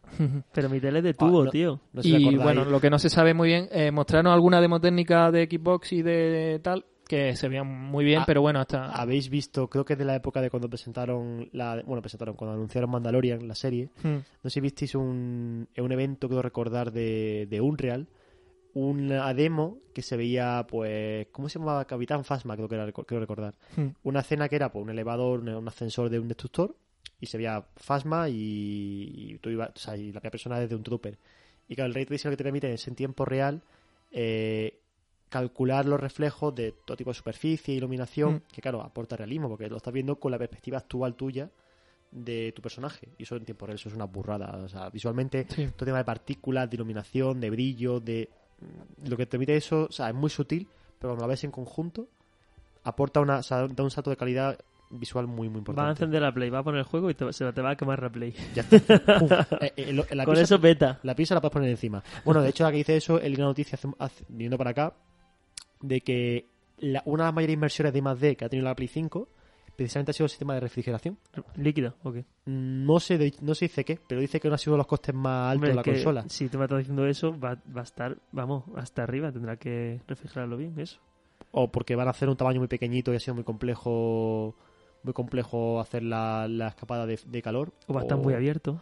S1: Pero mi tele es de tubo,
S2: Ah, no.
S1: tío.
S2: No sé si
S3: y
S2: acordáis.
S3: bueno lo que no se sabe muy bien eh, mostrarnos alguna demo técnica de Xbox y de tal que se veían muy bien,
S2: Ah,
S3: pero bueno, hasta...
S2: Habéis visto, creo que es de la época de cuando presentaron la. Bueno, presentaron, cuando anunciaron Mandalorian, la serie.
S3: Hmm.
S2: No sé si visteis un, en un evento, creo recordar, de, de Unreal. Una demo que se veía, pues. ¿Cómo se llamaba? Capitán Phasma, creo que era, creo recordar.
S3: Hmm.
S2: Una escena que era, pues, un elevador, un, un ascensor de un destructor. Y se veía Phasma y, y tú ibas. O sea, y la primera persona desde un trooper. Y claro, el ray tracing lo que te permite es en tiempo real. eh, calcular los reflejos de todo tipo de superficie, iluminación,
S3: Mm.
S2: que claro, aporta realismo, porque lo estás viendo con la perspectiva actual tuya de tu personaje. Y eso en tiempo real, eso es una burrada. O sea, visualmente,
S3: Sí.
S2: todo tema de partículas, de iluminación, de brillo, de. mm, Lo que te permite eso, o sea, es muy sutil, pero cuando la ves en conjunto, aporta una. o sea, da un salto de calidad visual muy, muy
S1: Va a
S2: importante.
S1: encender la Play, va a poner el juego y te, se te va a quemar la Play.
S2: Ya está. Pum. Eh, eh, lo- la
S1: Con
S2: pieza-
S1: eso beta.
S2: la pizza la puedes poner encima. Bueno, de hecho, la que dice eso, él dio una noticia hace- hace- viniendo para acá de que la- una de las mayores inversiones de I+.D. que ha tenido la Play 5 precisamente ha sido el sistema de refrigeración.
S1: Líquido, ok.
S2: No se, de- no se dice qué, pero dice que no ha sido uno de los costes más altos
S1: Hombre,
S2: de la
S1: que
S2: consola.
S1: Si tú me estás diciendo eso, va, va a estar, vamos, hasta arriba. Tendrá que refrigerarlo bien, eso.
S2: O porque van a hacer un tamaño muy pequeñito y ha sido muy complejo muy complejo hacer la, la escapada de, de calor.
S1: O va a
S2: Oh.
S1: estar muy abierto.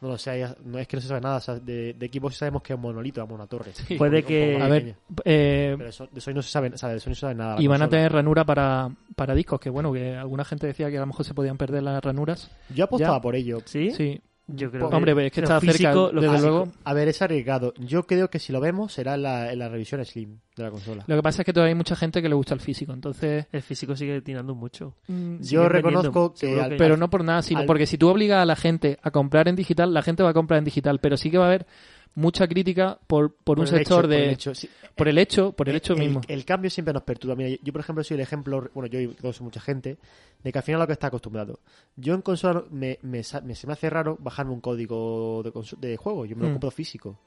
S2: No lo sé, ya- no es que no se sabe nada. o sea, de, de Xbox sabemos que es un monolito, vamos, una torre.
S3: Sí.
S1: Puede
S2: Un poco
S1: que-
S2: más
S3: A ver,
S2: pequeña.
S3: eh,
S2: Pero eso- de eso no se sabe, o sea, de eso no se sabe nada. la
S3: y van a
S2: consola.
S3: tener ranura para, para discos, que bueno, que alguna gente decía que a lo mejor se podían perder las ranuras.
S2: Yo apostaba por ello,
S1: ¿Sí?
S3: Sí,
S1: Yo
S2: Pues,
S1: creo
S3: Hombre,
S1: que,
S3: es que
S1: lo
S3: está cerca,
S1: físico- lo
S3: desde
S1: físico.
S3: luego.
S2: A ver, es arriesgado. Yo creo que si lo vemos será en la, en la revisión Slim de la consola.
S3: Lo que pasa es que todavía hay mucha gente que le gusta el físico, entonces...
S1: El físico sigue tirando mucho.
S3: mm,
S2: Yo
S1: siguen vendiendo,
S2: reconozco que,
S1: seguro
S2: al-
S1: que-
S3: Pero no por nada, sino
S2: Al-
S3: porque si tú obligas a la gente a comprar en digital, la gente va a comprar en digital, pero sí que va a haber mucha crítica por, por, un
S2: el hecho-
S3: sector
S2: por
S3: de...
S2: el hecho, sí.
S3: por el hecho, por el hecho mismo.
S2: Eh, El cambio siempre nos perturba. Mira, yo, yo, por ejemplo, soy el ejemplo, bueno, yo y conozco mucha gente, de que al final lo que está acostumbrado. Yo en consola me, me sa- me- se me hace raro bajarme un código de, consu- de juego, yo me lo
S3: Mm.
S2: compro físico.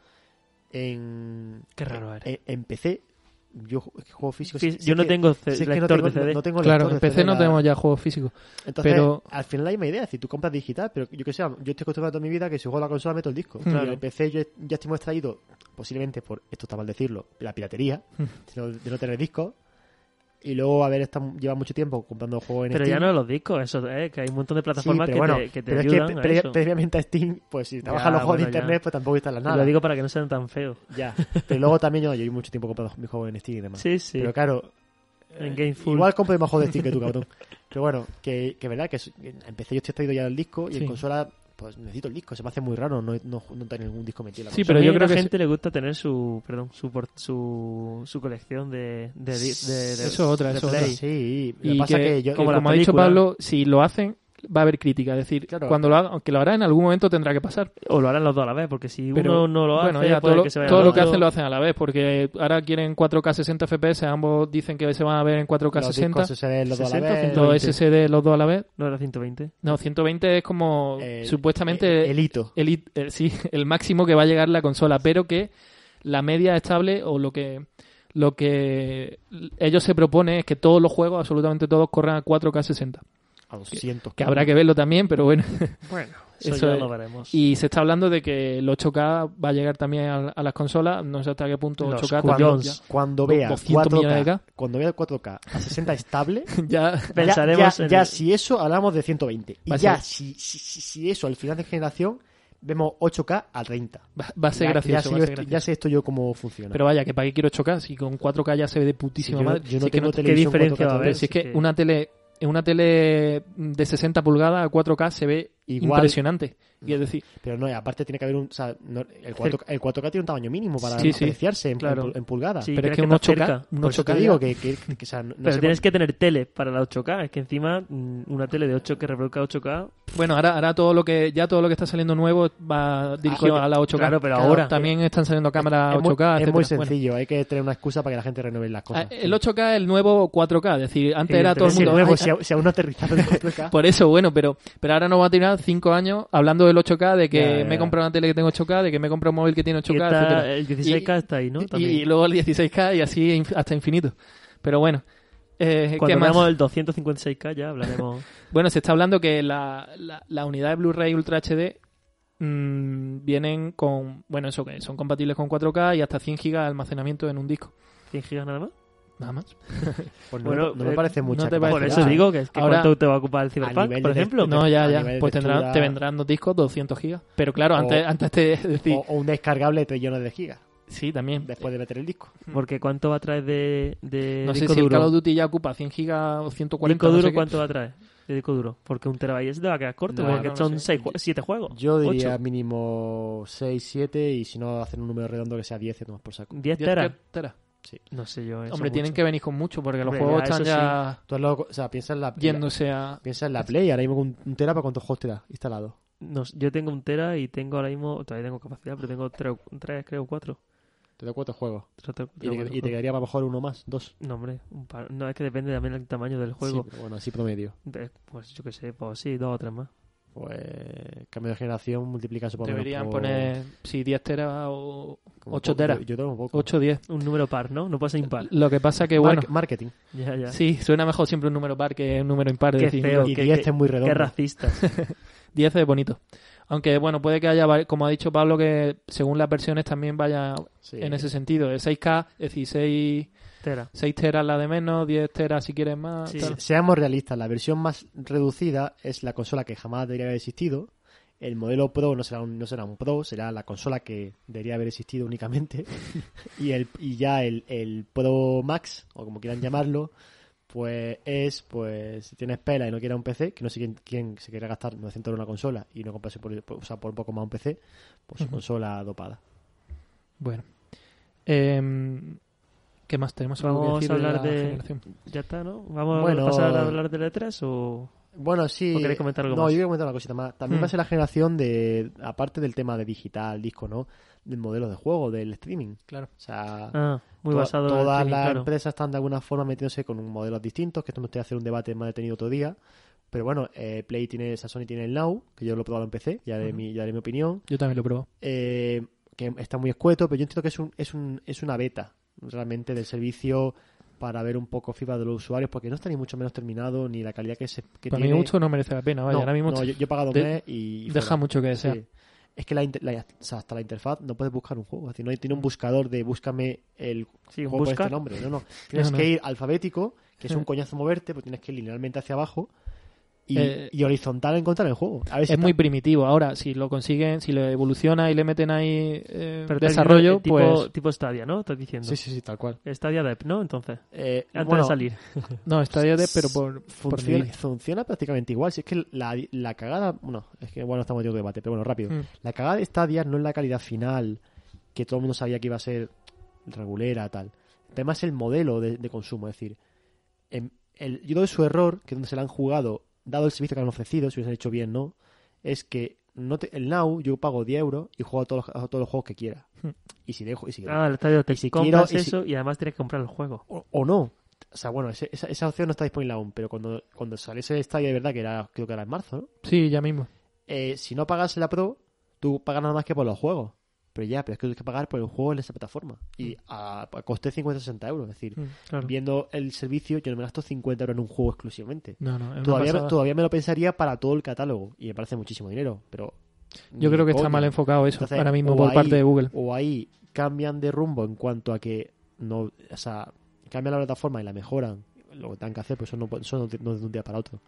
S2: En,
S1: Qué raro eres.
S2: en, en PC, yo ju- juego físico.
S1: Fí-
S2: si- si
S1: yo no
S2: es pues, que-
S1: tengo ce-
S2: si es que no
S1: lector
S2: tengo-
S1: de CD.
S2: no tengo
S3: claro,
S2: lector
S3: en
S2: de
S3: PC
S2: CD,
S3: no
S2: la-
S3: tenemos ya juegos físicos.
S2: Entonces,
S3: Pero-
S2: al final la misma idea. Si tú compras digital, pero yo que sé, yo estoy acostumbrado toda mi vida que si juego a la consola meto el disco.
S1: Claro.
S2: Y en el PC yo ya estoy extraído, posiblemente por, esto está mal decirlo, la piratería, de no, de no tener discos. Y luego, haber estado, lleva mucho tiempo comprando juegos en
S1: Pero ya
S2: Steam.
S1: no los discos, eso, eh, que hay un montón de
S2: Sí,
S1: plataformas
S2: pero
S1: que,
S2: bueno,
S1: te, que te
S2: pero
S1: ayudan
S2: es que
S1: a
S2: pre-
S1: eso.
S2: previamente a Steam, pues si te
S1: Ya,
S2: bajas los juegos
S1: bueno,
S2: de
S1: ya.
S2: internet, pues tampoco instalas
S1: Te
S2: nada.
S1: Lo digo para que no sean tan feos.
S2: Ya. Pero luego también yo, yo llevo mucho tiempo comprando mis juegos en Steam y demás.
S1: Sí, sí.
S2: Pero claro,
S1: en Gameful.
S2: Igual compré más juegos de Steam que tú, cabrón. Pero bueno, que, que verdad que es- empecé yo estoy traído ya el disco y
S3: Sí.
S2: en consola pues necesito el disco, se me hace muy raro no, no, no tener ningún disco metido en la
S3: Sí,
S2: consola.
S1: a
S3: pero
S1: mí
S3: yo
S1: a
S3: creo
S1: la
S3: que
S1: gente le gusta tener su, perdón, su por- su, su colección de, de, di- de- de-
S3: Eso es otra,
S1: de
S3: eso es
S1: Play.
S3: otra.
S2: Sí, lo
S3: Y
S2: que pasa
S3: que,
S2: que yo eh,
S3: como,
S1: la
S3: como ha dicho
S1: película-
S3: Pablo, si lo hacen, va a haber crítica. Es decir,
S2: Claro.
S3: cuando lo hagan, aunque lo hará en algún momento tendrá que pasar.
S1: O lo harán los dos a la vez, porque si
S3: Pero,
S1: uno no lo hace,
S3: bueno, ya,
S1: puede
S3: todo, lo-
S1: que se vaya
S3: todo
S1: al
S3: lo que
S1: otro.
S3: hacen lo hacen a la vez, porque ahora quieren 4K 60 FPS, ambos dicen que se van a ver en 4K
S2: los
S3: 60,
S2: discos se ven los dos a
S1: 60,
S2: la vez, eh,
S1: 120.
S3: los SSD los dos a la vez.
S1: No era 120.
S3: No, 120 es como
S2: el-
S3: supuestamente
S2: Eh, el, el hito.
S3: el hit- el- sí, el máximo que va a llegar la consola, pero que la media estable o lo que lo que ellos se proponen es que todos los juegos, absolutamente todos, corran a 4K 60.
S2: A 200.
S3: Que habrá que verlo también, pero bueno.
S1: Bueno, eso,
S3: Eso
S1: ya
S3: es.
S1: lo veremos.
S3: Y se está hablando de que el 8K va a llegar también a, a las consolas. No sé hasta qué punto
S1: Los
S3: 8K también.
S1: cuadrons.
S3: Ya,
S2: Cuando vea
S3: 200 millones de
S2: 4K,
S3: K.
S2: cuando vea el 4K a 60 estable,
S3: ya-
S2: ya-
S1: Pensaremos
S2: ya,
S1: en
S2: ya
S1: el-
S2: si eso hablamos de 120
S3: Va
S2: y
S3: a
S2: ya
S3: ser-
S2: si, si, si- si eso al final de generación vemos 8K a 30.
S3: va, va a ser
S2: Ya-
S3: gracioso.
S2: ya, sé
S3: va a
S2: yo
S3: ser
S2: esto-
S3: gracioso.
S2: ya sé esto yo cómo funciona.
S3: Pero vaya, que para qué quiero 8K si con 4K ya se ve de putísima
S2: yo no-
S3: madre.
S2: yo no
S3: Si es que
S2: tengo ¿eh?
S3: te-
S1: ¿Qué
S2: televisión
S1: diferencia va a
S2: 4K,
S1: haber?
S3: Pero si es
S1: Sí
S3: que una tele una tele de 60 pulgadas a 4K se ve
S2: Igual.
S3: impresionante. Y es decir,
S2: Pero no, y aparte tiene que haber un. O sea, no- el, 4K, el 4K tiene un tamaño mínimo para
S3: Sí, sí.
S2: apreciarse en,
S1: Claro.
S2: en pul- en pulgadas.
S1: Sí,
S3: pero
S1: tienes
S3: es
S1: que
S3: que un
S1: estar
S3: 8K,
S1: cerca.
S3: un
S2: Por eso
S3: 8K
S2: te digo que, que, que, o sea, no, no
S1: Pero
S2: sé
S1: tienes que tener tele para la 8K. Es que encima mm, una tele de 8 que reproduzca 8K.
S3: Bueno, ahora, ahora todo lo que ya todo lo que está saliendo nuevo va dirigido
S2: Ah,
S3: a la 8K.
S1: claro, pero ahora.
S3: también están saliendo cámaras
S2: es muy,
S3: 8K.
S2: es muy
S3: etcétera. Bueno,
S2: sencillo, hay que tener una excusa para que la gente renueve las cosas.
S3: ah, el 8K es el nuevo 4K, es decir, antes era todo el
S2: Si
S3: mundo.
S2: nuevo,
S3: "Ay,
S2: si, a- si aún no aterrizado en pues 4K.
S3: Por eso, bueno, pero, pero ahora nos va a tirar 5 años hablando del 8K, de que
S2: Ya, ya,
S3: me he
S2: ya. eh,
S3: comprado una tele que tengo 8K, de que me he comprado un móvil que tiene 8K,
S1: y está-
S3: etcétera.
S1: el 16K está ahí, ¿no?
S3: Y-
S1: También.
S3: Y, luego el 16K y así inf- hasta infinito. Pero bueno, eh, ¿qué
S1: Cuando
S3: más?
S1: veamos el 256K ya hablaremos.
S3: Bueno, se está hablando que la, la, la unidad de Blu-ray Ultra HD mm, vienen con, bueno, eso que son compatibles con 4K y hasta 100 GB de almacenamiento en un disco.
S1: 100 gigas nada más.
S3: Nada más.
S2: Pues no,
S1: Bueno,
S2: no me
S1: eh,
S2: parece mucha
S3: no te
S1: Por
S3: parece Ah.
S1: eso
S2: capacidad.
S1: digo que, que
S3: Ahora,
S1: cuánto te va a ocupar el
S2: a
S1: Cyberpunk,
S2: nivel
S1: por
S2: de-
S1: ejemplo.
S3: No, ya,
S2: a
S3: ya.
S2: nivel de
S3: Pues tendrán-
S2: textura-
S3: te vendrán dos discos, 200 gigas. Pero claro,
S2: O-
S3: antes, antes te decir,
S2: O, o un descargable de 3 millones de gigas
S3: sí, también.
S2: después de meter el disco.
S1: Porque cuánto va a traer de, de
S3: no sé
S1: Eh, disco
S3: si el Call of
S1: duro.
S3: Duty ya ocupa 100 gigas o 140
S1: Disco
S3: no sé
S1: duro
S3: qué.
S1: cuánto va a traer de disco duro. Porque un terabyte se te va a quedar corto,
S3: No,
S1: porque
S3: no lo
S1: son
S3: sé.
S1: seis, jue- siete juegos.
S2: Yo diría
S1: ocho.
S2: mínimo 6, 7 y si no, hacer un número redondo que sea 10, no más por saco.
S1: ¿Diez
S3: 10
S1: teras?
S3: teras.
S1: No sé yo. eh, eso
S3: Hombre, tienen
S1: mucho.
S3: que venir con mucho porque los
S1: Hombre,
S3: juegos
S1: ya,
S3: están
S1: eso
S3: ya
S2: Tú has loco- o sea, piensa en la,
S3: yéndose a.
S2: piensa en la Play, ahora mismo con un tera para cuántos juegos te da instalado.
S1: No sé, yo tengo un tera y tengo ahora mismo, todavía tengo capacidad, pero tengo tres, o- tres creo, cuatro.
S2: Te da cuatro juegos.
S1: Tres, tres,
S2: Y te,
S1: cuatro
S2: y te quedaría a lo mejor uno más, dos.
S1: No, hombre, un par- no, es que depende también del tamaño del juego.
S2: Sí, pero bueno, así promedio.
S1: De- pues yo qué sé, pues sí, dos o tres más.
S2: Pues cambio de generación multiplica eso por menos
S3: Deberían
S2: por-
S3: poner, sí, 10 teras o
S2: como
S3: ocho
S2: poco.
S3: teras.
S2: Yo, yo tengo un poco.
S3: 8 o 10.
S1: Un número par, ¿no? No puede ser impar.
S3: Lo que pasa que,
S2: Mar-
S3: bueno,
S2: Marketing.
S1: Ya, ya.
S3: sí, suena mejor siempre un número par que un número impar.
S1: Qué
S3: Es decir,
S1: feo.
S2: Y
S1: qué-
S2: 10
S1: qué-
S2: es muy
S1: Qué
S2: redondo.
S1: racistas.
S3: 10 es bonito. Aunque, bueno, puede que haya, vari- como ha dicho Pablo, que según las versiones también vaya
S2: Sí.
S3: en ese sentido. El 6K, es decir, 6,
S1: Tera.
S3: 6 teras la de menos, 10 teras si quieres más.
S1: Sí.
S3: tal.
S2: Seamos realistas, la versión más reducida es la consola que jamás debería haber existido. El modelo Pro no será un, no será un Pro, será la consola que debería haber existido únicamente. y, el, y ya el, el Pro Max, o como quieran llamarlo, pues es, pues, si tienes pela y no quieres un PC, que no sé quién, quién se quiera gastar 900 euros en una consola y no comprarse por, por- o sea, por un poco más un PC, pues su
S3: Ujú.
S2: consola dopada.
S3: Bueno. Em, ¿Qué más tenemos? algo que
S1: Vamos
S3: decir
S1: a hablar
S3: la
S1: de-
S3: generación?
S1: Ya está, ¿no? ¿Vamos
S2: Bueno.
S1: a pasar a hablar del E3 o...?
S2: Bueno, sí.
S1: ¿O queréis comentar algo
S2: no,
S1: más? Mm.
S2: yo quiero comentar una cosita más. También
S3: Hmm.
S2: va a ser la generación de, aparte del tema de digital, disco, ¿no? Del modelo de juego, del streaming.
S3: Claro.
S2: O sea,
S1: Ah, muy
S2: to-
S1: basado en el
S2: todas
S1: streaming,
S2: las
S1: claro.
S2: empresas están de alguna forma metiéndose con modelos distintos, que esto me estoy hacer un debate más detenido otro día. Pero bueno, eh, Play tiene, esa Sony tiene el Now, que yo lo he probado en PC, ya de
S3: Ujú.
S2: mi, ya de mi opinión.
S3: Yo también lo pruebo.
S2: eh, que está muy escueto, pero yo entiendo que es, un, es, un, es una beta realmente del servicio para ver un poco feedback de los usuarios, porque no está ni mucho menos terminado, ni la calidad que, se,
S1: Pues
S2: que
S3: Para mí
S2: tiene.
S3: mucho no merece la pena. Vaya,
S2: No,
S3: ahora mismo
S2: no, yo, yo he pagado
S3: de-
S2: un mes y. y
S3: deja
S2: fuera.
S3: mucho que desear.
S2: Sí. Es que la, inter- la- o sea, hasta la interfaz no puedes buscar un juego. Es decir, no hay- tiene un buscador de búscame el
S1: Sí, un
S2: juego por
S1: busca.
S2: este nombre. No, no. Tienes
S3: No, no.
S2: que ir alfabético, que es
S3: Sí.
S2: un coñazo moverte, pues tienes que ir linealmente hacia abajo y,
S3: Eh,
S2: y horizontal encontrar el juego. A ver si
S3: es
S2: está-
S3: muy primitivo. Ahora, si lo consiguen, si lo evoluciona y le meten ahí eh,
S1: Pero te has
S3: desarrollo,
S1: dicho, eh, tipo,
S3: pues...
S1: tipo Stadia, ¿no? Estás diciendo.
S2: Sí, sí, sí, tal cual.
S1: Stadia Dev, ¿no? Entonces,
S2: Eh,
S1: antes
S2: bueno,
S1: de salir.
S3: No, está de pero por... por
S2: Funciona,
S3: niveles.
S2: funciona prácticamente igual. Si es que la, la cagada. Bueno, es que bueno, estamos en debate, pero bueno, rápido.
S3: Mm.
S2: La cagada de Stadia no es la calidad final que todo el mundo sabía que iba a ser regulera, tal. El tema es el modelo de, de consumo. Es decir, en- el, yo creo que su error, que es donde se la han jugado, dado el servicio que han ofrecido, si hubiesen hecho bien, ¿no? Es que no te- el Now yo pago 10 euros y juego a todos los, a todos los juegos que quiera.
S3: Hmm.
S2: Y si dejo, y si
S1: Ah, el Stadia te
S2: Y si
S1: compras
S2: quiero- y si-
S1: eso y además tienes que comprar el juego.
S2: o, o no. O sea, bueno, ese- esa, esa opción no está disponible aún, pero cuando, cuando saliese Stadia de verdad, que era, creo que era en marzo, ¿no?
S3: Sí, ya mismo.
S2: eh, si no pagas la Pro, tú pagas nada más que por los juegos. Pero ya, pero es que tienes que pagar por el juego en esa plataforma. Y a, a coste 50-60 euros. Es decir,
S3: Mm.
S1: Claro.
S2: viendo el servicio, yo no me gasto 50 euros en un juego exclusivamente.
S3: No, no, es una
S2: Todavía,
S3: pasada.
S2: todavía me lo pensaría para todo el catálogo. Y me parece muchísimo dinero. Pero
S3: Yo
S2: ni
S3: creo que está
S2: coña.
S3: mal enfocado eso
S2: Entonces,
S3: ahora mismo
S2: o
S3: por
S2: ahí-
S3: parte de Google.
S2: O ahí cambian de rumbo en cuanto a que no. O sea, cambian la plataforma y la mejoran. Lo que tengan que hacer, pues eso no, eso no, no es de un día para otro.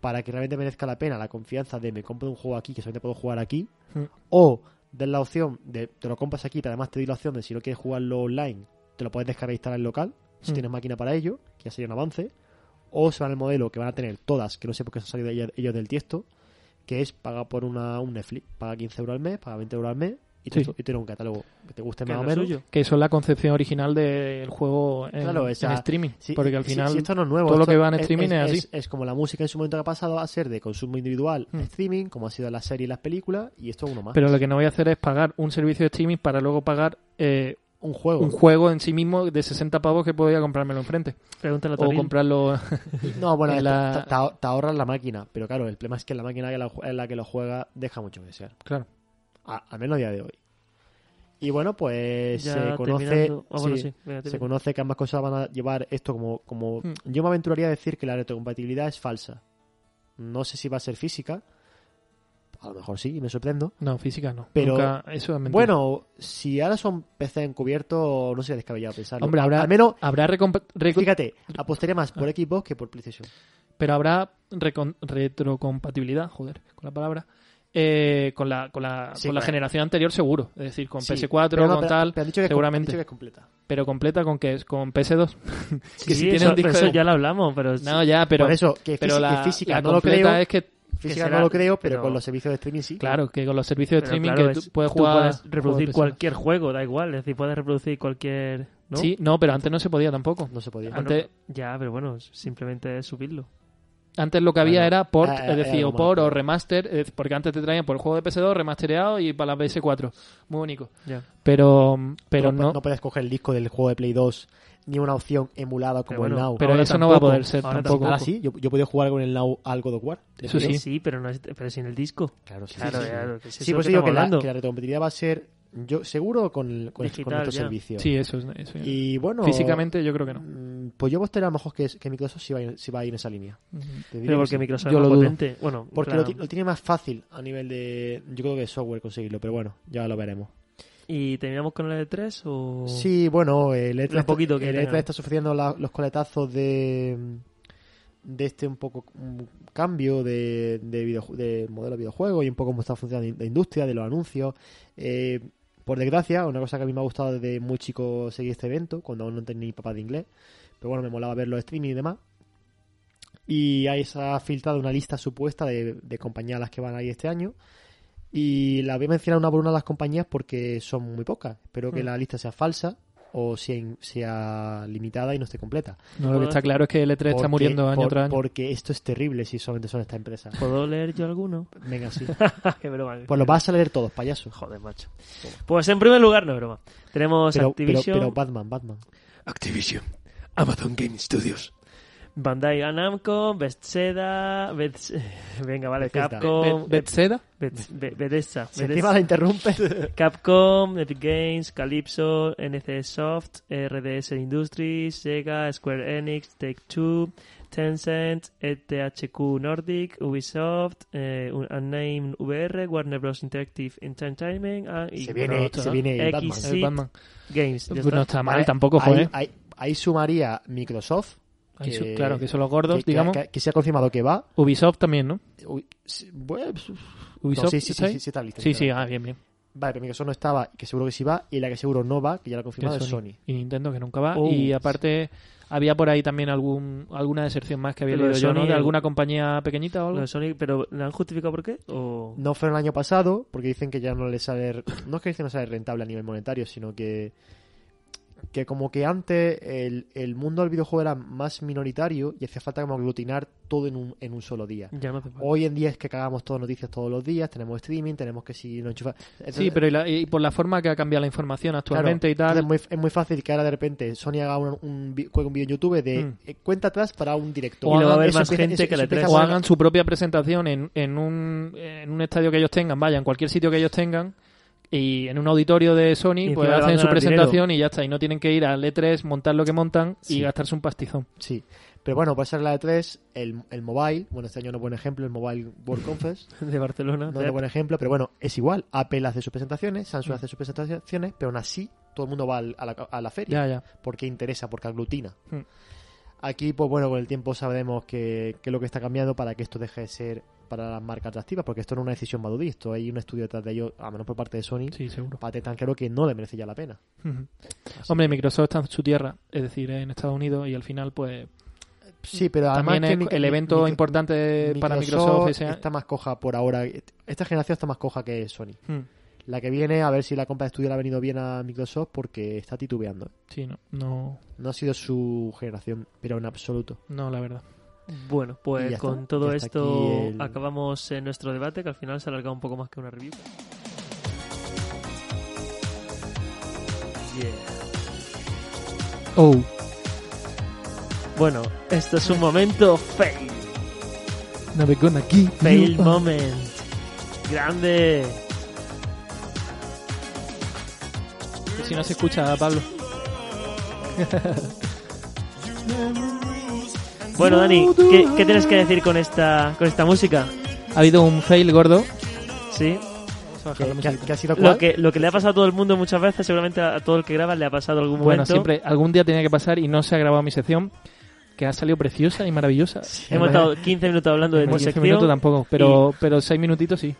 S2: Para que realmente merezca la pena la confianza de me compro un juego aquí que solamente puedo jugar aquí.
S3: Mm.
S2: O den la opción de te lo compras aquí, pero además te doy la opción de si no quieres jugarlo online, te lo puedes descargar e instalar en local. Si
S3: Mm.
S2: tienes máquina para ello, que ya sería un avance. O se van al modelo que van a tener todas, que no sé por qué se han salido ellas- ellos del tiesto, que es paga por una, un Netflix, paga 15 euros al mes, paga 20 euros al mes y te,
S3: Sí.
S2: y te da un catálogo que te guste
S1: Que
S2: más o
S1: es lo
S2: menos.
S1: suyo.
S3: Que eso es la concepción original del juego en,
S2: Claro, o
S3: en
S2: sea,
S3: streaming.
S2: Sí,
S3: porque al
S2: sí,
S3: final
S2: sí, esto no es nuevo,
S3: todo lo
S2: esto
S3: que va en
S2: es-
S3: streaming es así.
S2: como la música en su momento que ha pasado a ser de consumo individual a
S3: Hmm.
S2: streaming, como ha sido la serie y las películas, y esto es uno más.
S3: Pero lo que no voy a hacer es pagar un servicio de streaming para luego pagar eh,
S2: un juego.
S3: un juego en sí mismo de 60 pavos que podía comprármelo enfrente.
S1: Pregúntale a
S3: O
S1: Toril.
S3: comprarlo.
S2: No, bueno,
S3: en
S2: esto-
S3: la-
S2: te- te ahor- te ahorras la máquina, pero claro, el problema es que la máquina que la ju- en la que lo juega deja mucho que desear.
S3: claro.
S2: A- al menos a día de hoy. Y bueno, pues
S1: Ya
S2: se conoce,
S1: terminando. Ah, bueno,
S2: sí,
S1: sí, venga,
S2: se
S1: termina.
S2: conoce que ambas cosas van a llevar esto como, como
S3: Hmm.
S2: yo me aventuraría a decir que la retrocompatibilidad es falsa. No sé si va a ser física. a lo mejor sí, y me sorprendo.
S3: No, física no.
S2: Pero-
S3: Nunca- eso es mentira.
S2: Bueno, si ahora son PC encubiertos, no sería descabellado pensarlo.
S3: Hombre, habrá-
S2: Al menos,
S3: habrá recomp- reco-
S2: fíjate, apostaría más por Xbox que por PlayStation.
S3: pero habrá recon- retrocompatibilidad, joder, con la palabra. eh, con la, con la,
S2: Sí,
S3: con la
S2: claro.
S3: generación anterior seguro, es decir, con
S2: Sí,
S3: PS4,
S2: pero no,
S3: con
S2: pero-
S3: tal,
S2: pero han dicho que es com-
S3: seguramente.
S2: han dicho que es completa.
S3: pero completa con que es con PS2.
S1: Sí,
S3: que si tiene
S1: eso,
S3: un disco
S1: eso
S3: de-
S1: ya lo hablamos, pero...
S3: No, ya, pero
S2: por eso, que,
S3: pero
S2: físi-
S3: la,
S2: que física
S3: la
S2: no lo
S3: completa
S2: creo,
S3: es que
S2: física
S1: será-
S2: no lo creo, pero
S1: pero-
S2: con los servicios de streaming sí.
S3: claro, que con los servicios de
S1: pero
S3: streaming
S1: claro,
S3: que
S1: es-
S3: tú puedes jugar
S1: puedes reproducir
S3: juegos de
S1: cualquier juego, da igual. Es decir, puedes reproducir cualquier... ¿no?
S3: personas. Sí, no, pero antes no se podía tampoco.
S2: No se podía.
S1: Bueno,
S3: Antes,
S1: Ya, pero bueno, simplemente es subirlo.
S3: antes lo que había
S2: Claro.
S3: era port,
S2: Ah, ah,
S3: es decir,
S2: era
S3: o
S2: como
S3: port
S2: antes.
S3: o remaster, es- porque antes te traían por el juego de PS2 remastereado y para la PS4. Muy único.
S1: Ya.
S3: Pero, mm, pero
S2: no,
S3: no,
S2: no puedes coger el disco del juego de Play 2 ni una opción emulada como
S1: Pero bueno,
S2: el Now.
S3: pero
S1: ahora
S3: eso no va a
S1: tampoco,
S3: poder ser
S1: ahora
S3: tampoco.
S2: Ahora sí, yo, yo podía jugar con el Now al God of War.
S3: Eso
S1: Sí,
S3: sí.
S1: pero, no es- pero sin el disco.
S2: Claro, sí.
S1: Claro,
S2: sí, sí.
S1: claro, que es
S2: Sí,
S1: eso
S2: por eso
S1: que
S2: digo que
S1: estamos
S2: la,
S1: hablando.
S2: que la retrocompatibilidad va a ser, yo seguro, con, el- con, el- con
S1: Digital,
S2: nuestro
S1: ya.
S2: servicio.
S3: Sí, eso, es- eso es-
S2: Y bueno,
S3: Físicamente yo creo que no.
S2: mm, Pues yo apostaría a lo mejor que, es- que Microsoft sí va, a ir, sí va a ir en esa línea. Te diría
S1: Pero
S2: que
S1: porque
S2: sí.
S1: Microsoft
S3: Yo
S1: es
S3: lo
S1: más
S3: dudo.
S1: potente. Bueno,
S2: Porque
S1: claro.
S2: lo, ti- lo tiene más fácil a nivel de, yo creo que de software conseguirlo, pero bueno, ya lo veremos.
S1: ¿Y terminamos con el E3 o...?
S2: Sí, bueno, el E3,
S1: Lo
S2: está-
S1: poquito que
S2: el E3
S1: tengan.
S2: está sufriendo la- los coletazos de mm, de este un poco un cambio de, de, videoju- de modelo de videojuego y un poco cómo está funcionando la industria, de los anuncios. Eh, por desgracia, una cosa que a mí me ha gustado desde muy chico seguir este evento, cuando aún no tenía ni papá de inglés, pero bueno, me molaba ver los streaming y demás. Y ahí se ha filtrado una lista supuesta de, de compañías a las que van ahí este año. Y las voy a mencionar una por una las compañías porque son muy pocas. Espero que
S1: Mm.
S2: la lista sea falsa o sea, in- sea limitada y no esté completa.
S3: No, lo que está claro es que el E3 está
S2: Porque-
S3: muriendo año
S2: por-
S3: tras año.
S2: Porque esto es terrible si solamente son esta empresa.
S1: ¿Puedo leer yo alguno?
S2: Venga, sí.
S1: Qué broma.
S2: Pues lo vas a leer todos, payaso.
S1: Joder, macho. Pues en primer lugar, no es broma. Tenemos
S2: Pero, pero,
S1: Activision,
S2: pero Batman, Batman.
S5: Activision, Amazon Game Studios,
S1: Bandai Namco, Bethesda... Beth- Venga, vale,
S2: Bethesda. eh,
S1: Capcom...
S3: Be- Bethesda,
S1: Beth- Be- Bethesda.
S2: Si
S1: Bethesda.
S2: encima la interrumpes.
S1: Capcom, Epic Games, Calypso, NC Soft, RDS Industries, Sega, Square Enix, Take Two, Tencent, E ETHQ Nordic, Ubisoft, eh, Un- Unnamed VR, Warner Bros. Interactive Entertainment ah, y
S2: se viene,
S3: otro,
S2: se
S3: ¿no?
S2: viene
S1: X.
S2: Batman.
S1: Sí,
S3: el Batman.
S1: Games. Ya
S3: Pues
S1: está.
S3: no está mal
S2: Vale,
S3: tampoco, ¿eh?
S2: ahí-
S3: joder.
S2: ahí- ahí sumaría Microsoft,
S3: Ahí su-
S2: que-
S3: claro, que son los gordos,
S2: que, que-
S3: digamos.
S2: que- que se ha confirmado que va.
S3: Ubisoft también, ¿no?
S2: Uy, sí, bueno, pues,
S3: Ubisoft,
S2: no, sí, sí, sí,
S3: ¿está ahí?
S2: sí, sí, está lista,
S3: Sí,
S2: está
S3: sí,
S2: lista.
S3: ah, bien, bien.
S2: Vale, pero Microsoft no estaba, que seguro que sí va, y la que seguro no va, que ya la ha
S3: Que
S2: confirmado, es Sony.
S3: Sony. Y Nintendo, que nunca va.
S1: Oh.
S3: y aparte, había por ahí también algún alguna deserción más que había
S1: De lo
S3: leído
S1: de
S3: yo,
S1: Sony,
S3: ¿no? De
S1: el-
S3: alguna compañía pequeñita o
S1: Lo
S3: algo.
S1: de Sony, pero ¿la han justificado por qué? ¿O...
S2: No fueron el año pasado, porque dicen que ya no les sale. No es que dicen no sale rentable a nivel monetario, sino que. Que como que antes el, el mundo del videojuego era más minoritario y hacía falta como aglutinar todo en un, en un solo día.
S1: Ya no hace falta.
S2: Hoy en día es que cagamos todas noticias todos los días, tenemos streaming, tenemos que si no enchufar.
S3: Sí, pero y, la- y por la forma que ha cambiado la información actualmente y
S2: Es
S3: tal.
S2: muy, es muy fácil que ahora de repente Sony haga un, un, vi- juegue un vídeo en YouTube de
S3: Mm.
S2: eh, cuenta atrás para un directo.
S1: Y lo va a ver
S2: Eso
S1: más
S2: empieza-
S1: gente
S2: eso-
S1: que
S2: eso
S1: la
S2: empieza
S1: E3.
S2: a
S3: pues, O
S2: ser-
S3: hagan su propia presentación en, en, un, en un estadio que ellos tengan, vaya, en cualquier sitio que ellos tengan. Y en un auditorio de Sony,
S1: encima
S3: pues
S1: le van a
S3: hacen su
S1: ganar dinero.
S3: presentación y ya está. Y no tienen que ir al E3, montar lo que montan y
S2: Sí.
S3: gastarse un pastizón.
S2: Sí. Pero bueno, puede ser la de 3, el, el mobile. Bueno, este año no es buen ejemplo, el Mobile World Conference.
S1: De Barcelona.
S2: No
S1: de-
S2: es buen ejemplo, pero bueno, es igual. Apple hace sus presentaciones, Samsung hace sus presentaciones, pero aún así todo el mundo va al- a, la, a la feria
S3: Ya, ya.
S2: porque interesa, porque aglutina.
S3: Hmm.
S2: Aquí, pues bueno, con el tiempo sabemos que, que lo que está cambiando para que esto deje de ser para las marcas atractivas, porque esto no es una decisión Madudí, esto hay un estudio detrás de ello, a menos por parte de Sony,
S3: Sí, seguro.
S2: para tan claro que no le merece ya la pena.
S3: Ujú. Hombre, Microsoft está en su tierra, es decir, en Estados Unidos y al final, pues,
S2: Sí, pero además
S3: también
S2: que
S3: es
S2: Mic-
S3: el evento
S2: Mic-
S3: importante Eh, para Microsoft
S2: Microsoft
S3: ese año.
S2: está más coja por ahora. Esta generación está más coja que Sony.
S3: Mm,
S2: La que viene, a ver si la compra de estudio le ha venido bien a Microsoft porque está titubeando. ¿eh?
S3: Sí, no, no,
S2: No ha sido su generación, pero en absoluto.
S3: no, la verdad.
S1: Bueno,
S2: Y ya
S1: pues
S2: está.
S1: con todo
S2: Ya está
S1: esto
S2: aquí el-
S1: acabamos eh, nuestro debate, que al final se ha alargado un poco más que una review. Yeah.
S3: Oh,
S1: Bueno, esto es un momento fail.
S3: aquí.
S1: Fail moment. Grande.
S3: Si no se escucha, Pablo.
S1: Bueno, Dani, ¿qué, qué tienes que decir con esta, con esta música?
S3: Ha habido un fail gordo
S1: Sí.
S3: Vamos a
S2: que,
S3: bajar la
S2: que ha-
S3: musiquita.
S2: que ha sido
S1: Lo
S2: cual.
S1: que, lo que le ha pasado a todo el mundo muchas veces, seguramente a a todo el que graba le ha pasado algún
S3: Bueno,
S1: momento.
S3: siempre, algún día tenía que pasar y no se ha grabado mi sección, que ha salido preciosa y maravillosa.
S1: Hemos
S3: Además,
S1: estado 15 minutos hablando de
S3: en
S1: tu
S3: 15
S1: sección.
S3: minutos tampoco, pero, pero 6 minutitos sí.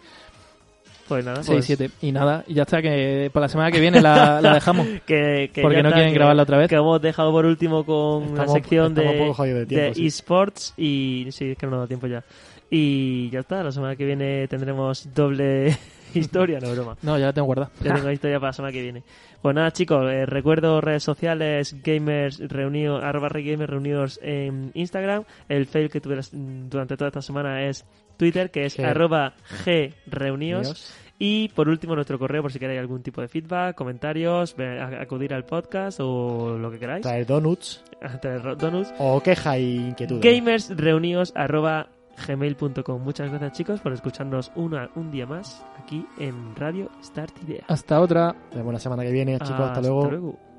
S1: Pues nada,
S3: 6,
S1: pues
S3: 7. Y nada, y ya está, que para la semana que viene la, la dejamos.
S1: que, que
S3: Porque
S1: ya
S3: no
S1: está,
S3: quieren
S1: que-
S3: grabarla otra vez.
S1: Que hemos dejado por último con la
S2: Estamos-
S1: sección
S2: estamos
S1: de,
S2: un poco jodidos de tiempo, sí.
S1: eSports y sí, es que no nos da tiempo ya. Y ya está, la semana que viene tendremos doble historia, no broma.
S3: No, ya la tengo guardada.
S1: Ya tengo historia para la semana que viene. Pues nada, chicos, eh, recuerdo redes sociales, gamers reunidos, arroba gamers reunidos en Instagram. El fail que tuve las- mm, durante toda esta semana es Twitter, que es
S2: G.
S1: arroba G reunidos.
S2: Dios.
S1: Y por último, nuestro correo, por si queréis algún tipo de feedback, comentarios, ve- a- acudir al podcast o lo que queráis.
S2: Traer donuts
S1: Traer ro- donuts.
S2: o queja y inquietud.
S1: Gamersreunidos.gmail.com Muchas gracias, chicos, por escucharnos una, un día más aquí en Radio Start Idea.
S3: Hasta otra.
S2: Nos vemos la semana que viene, chicos. Ah, Hasta luego.
S1: luego.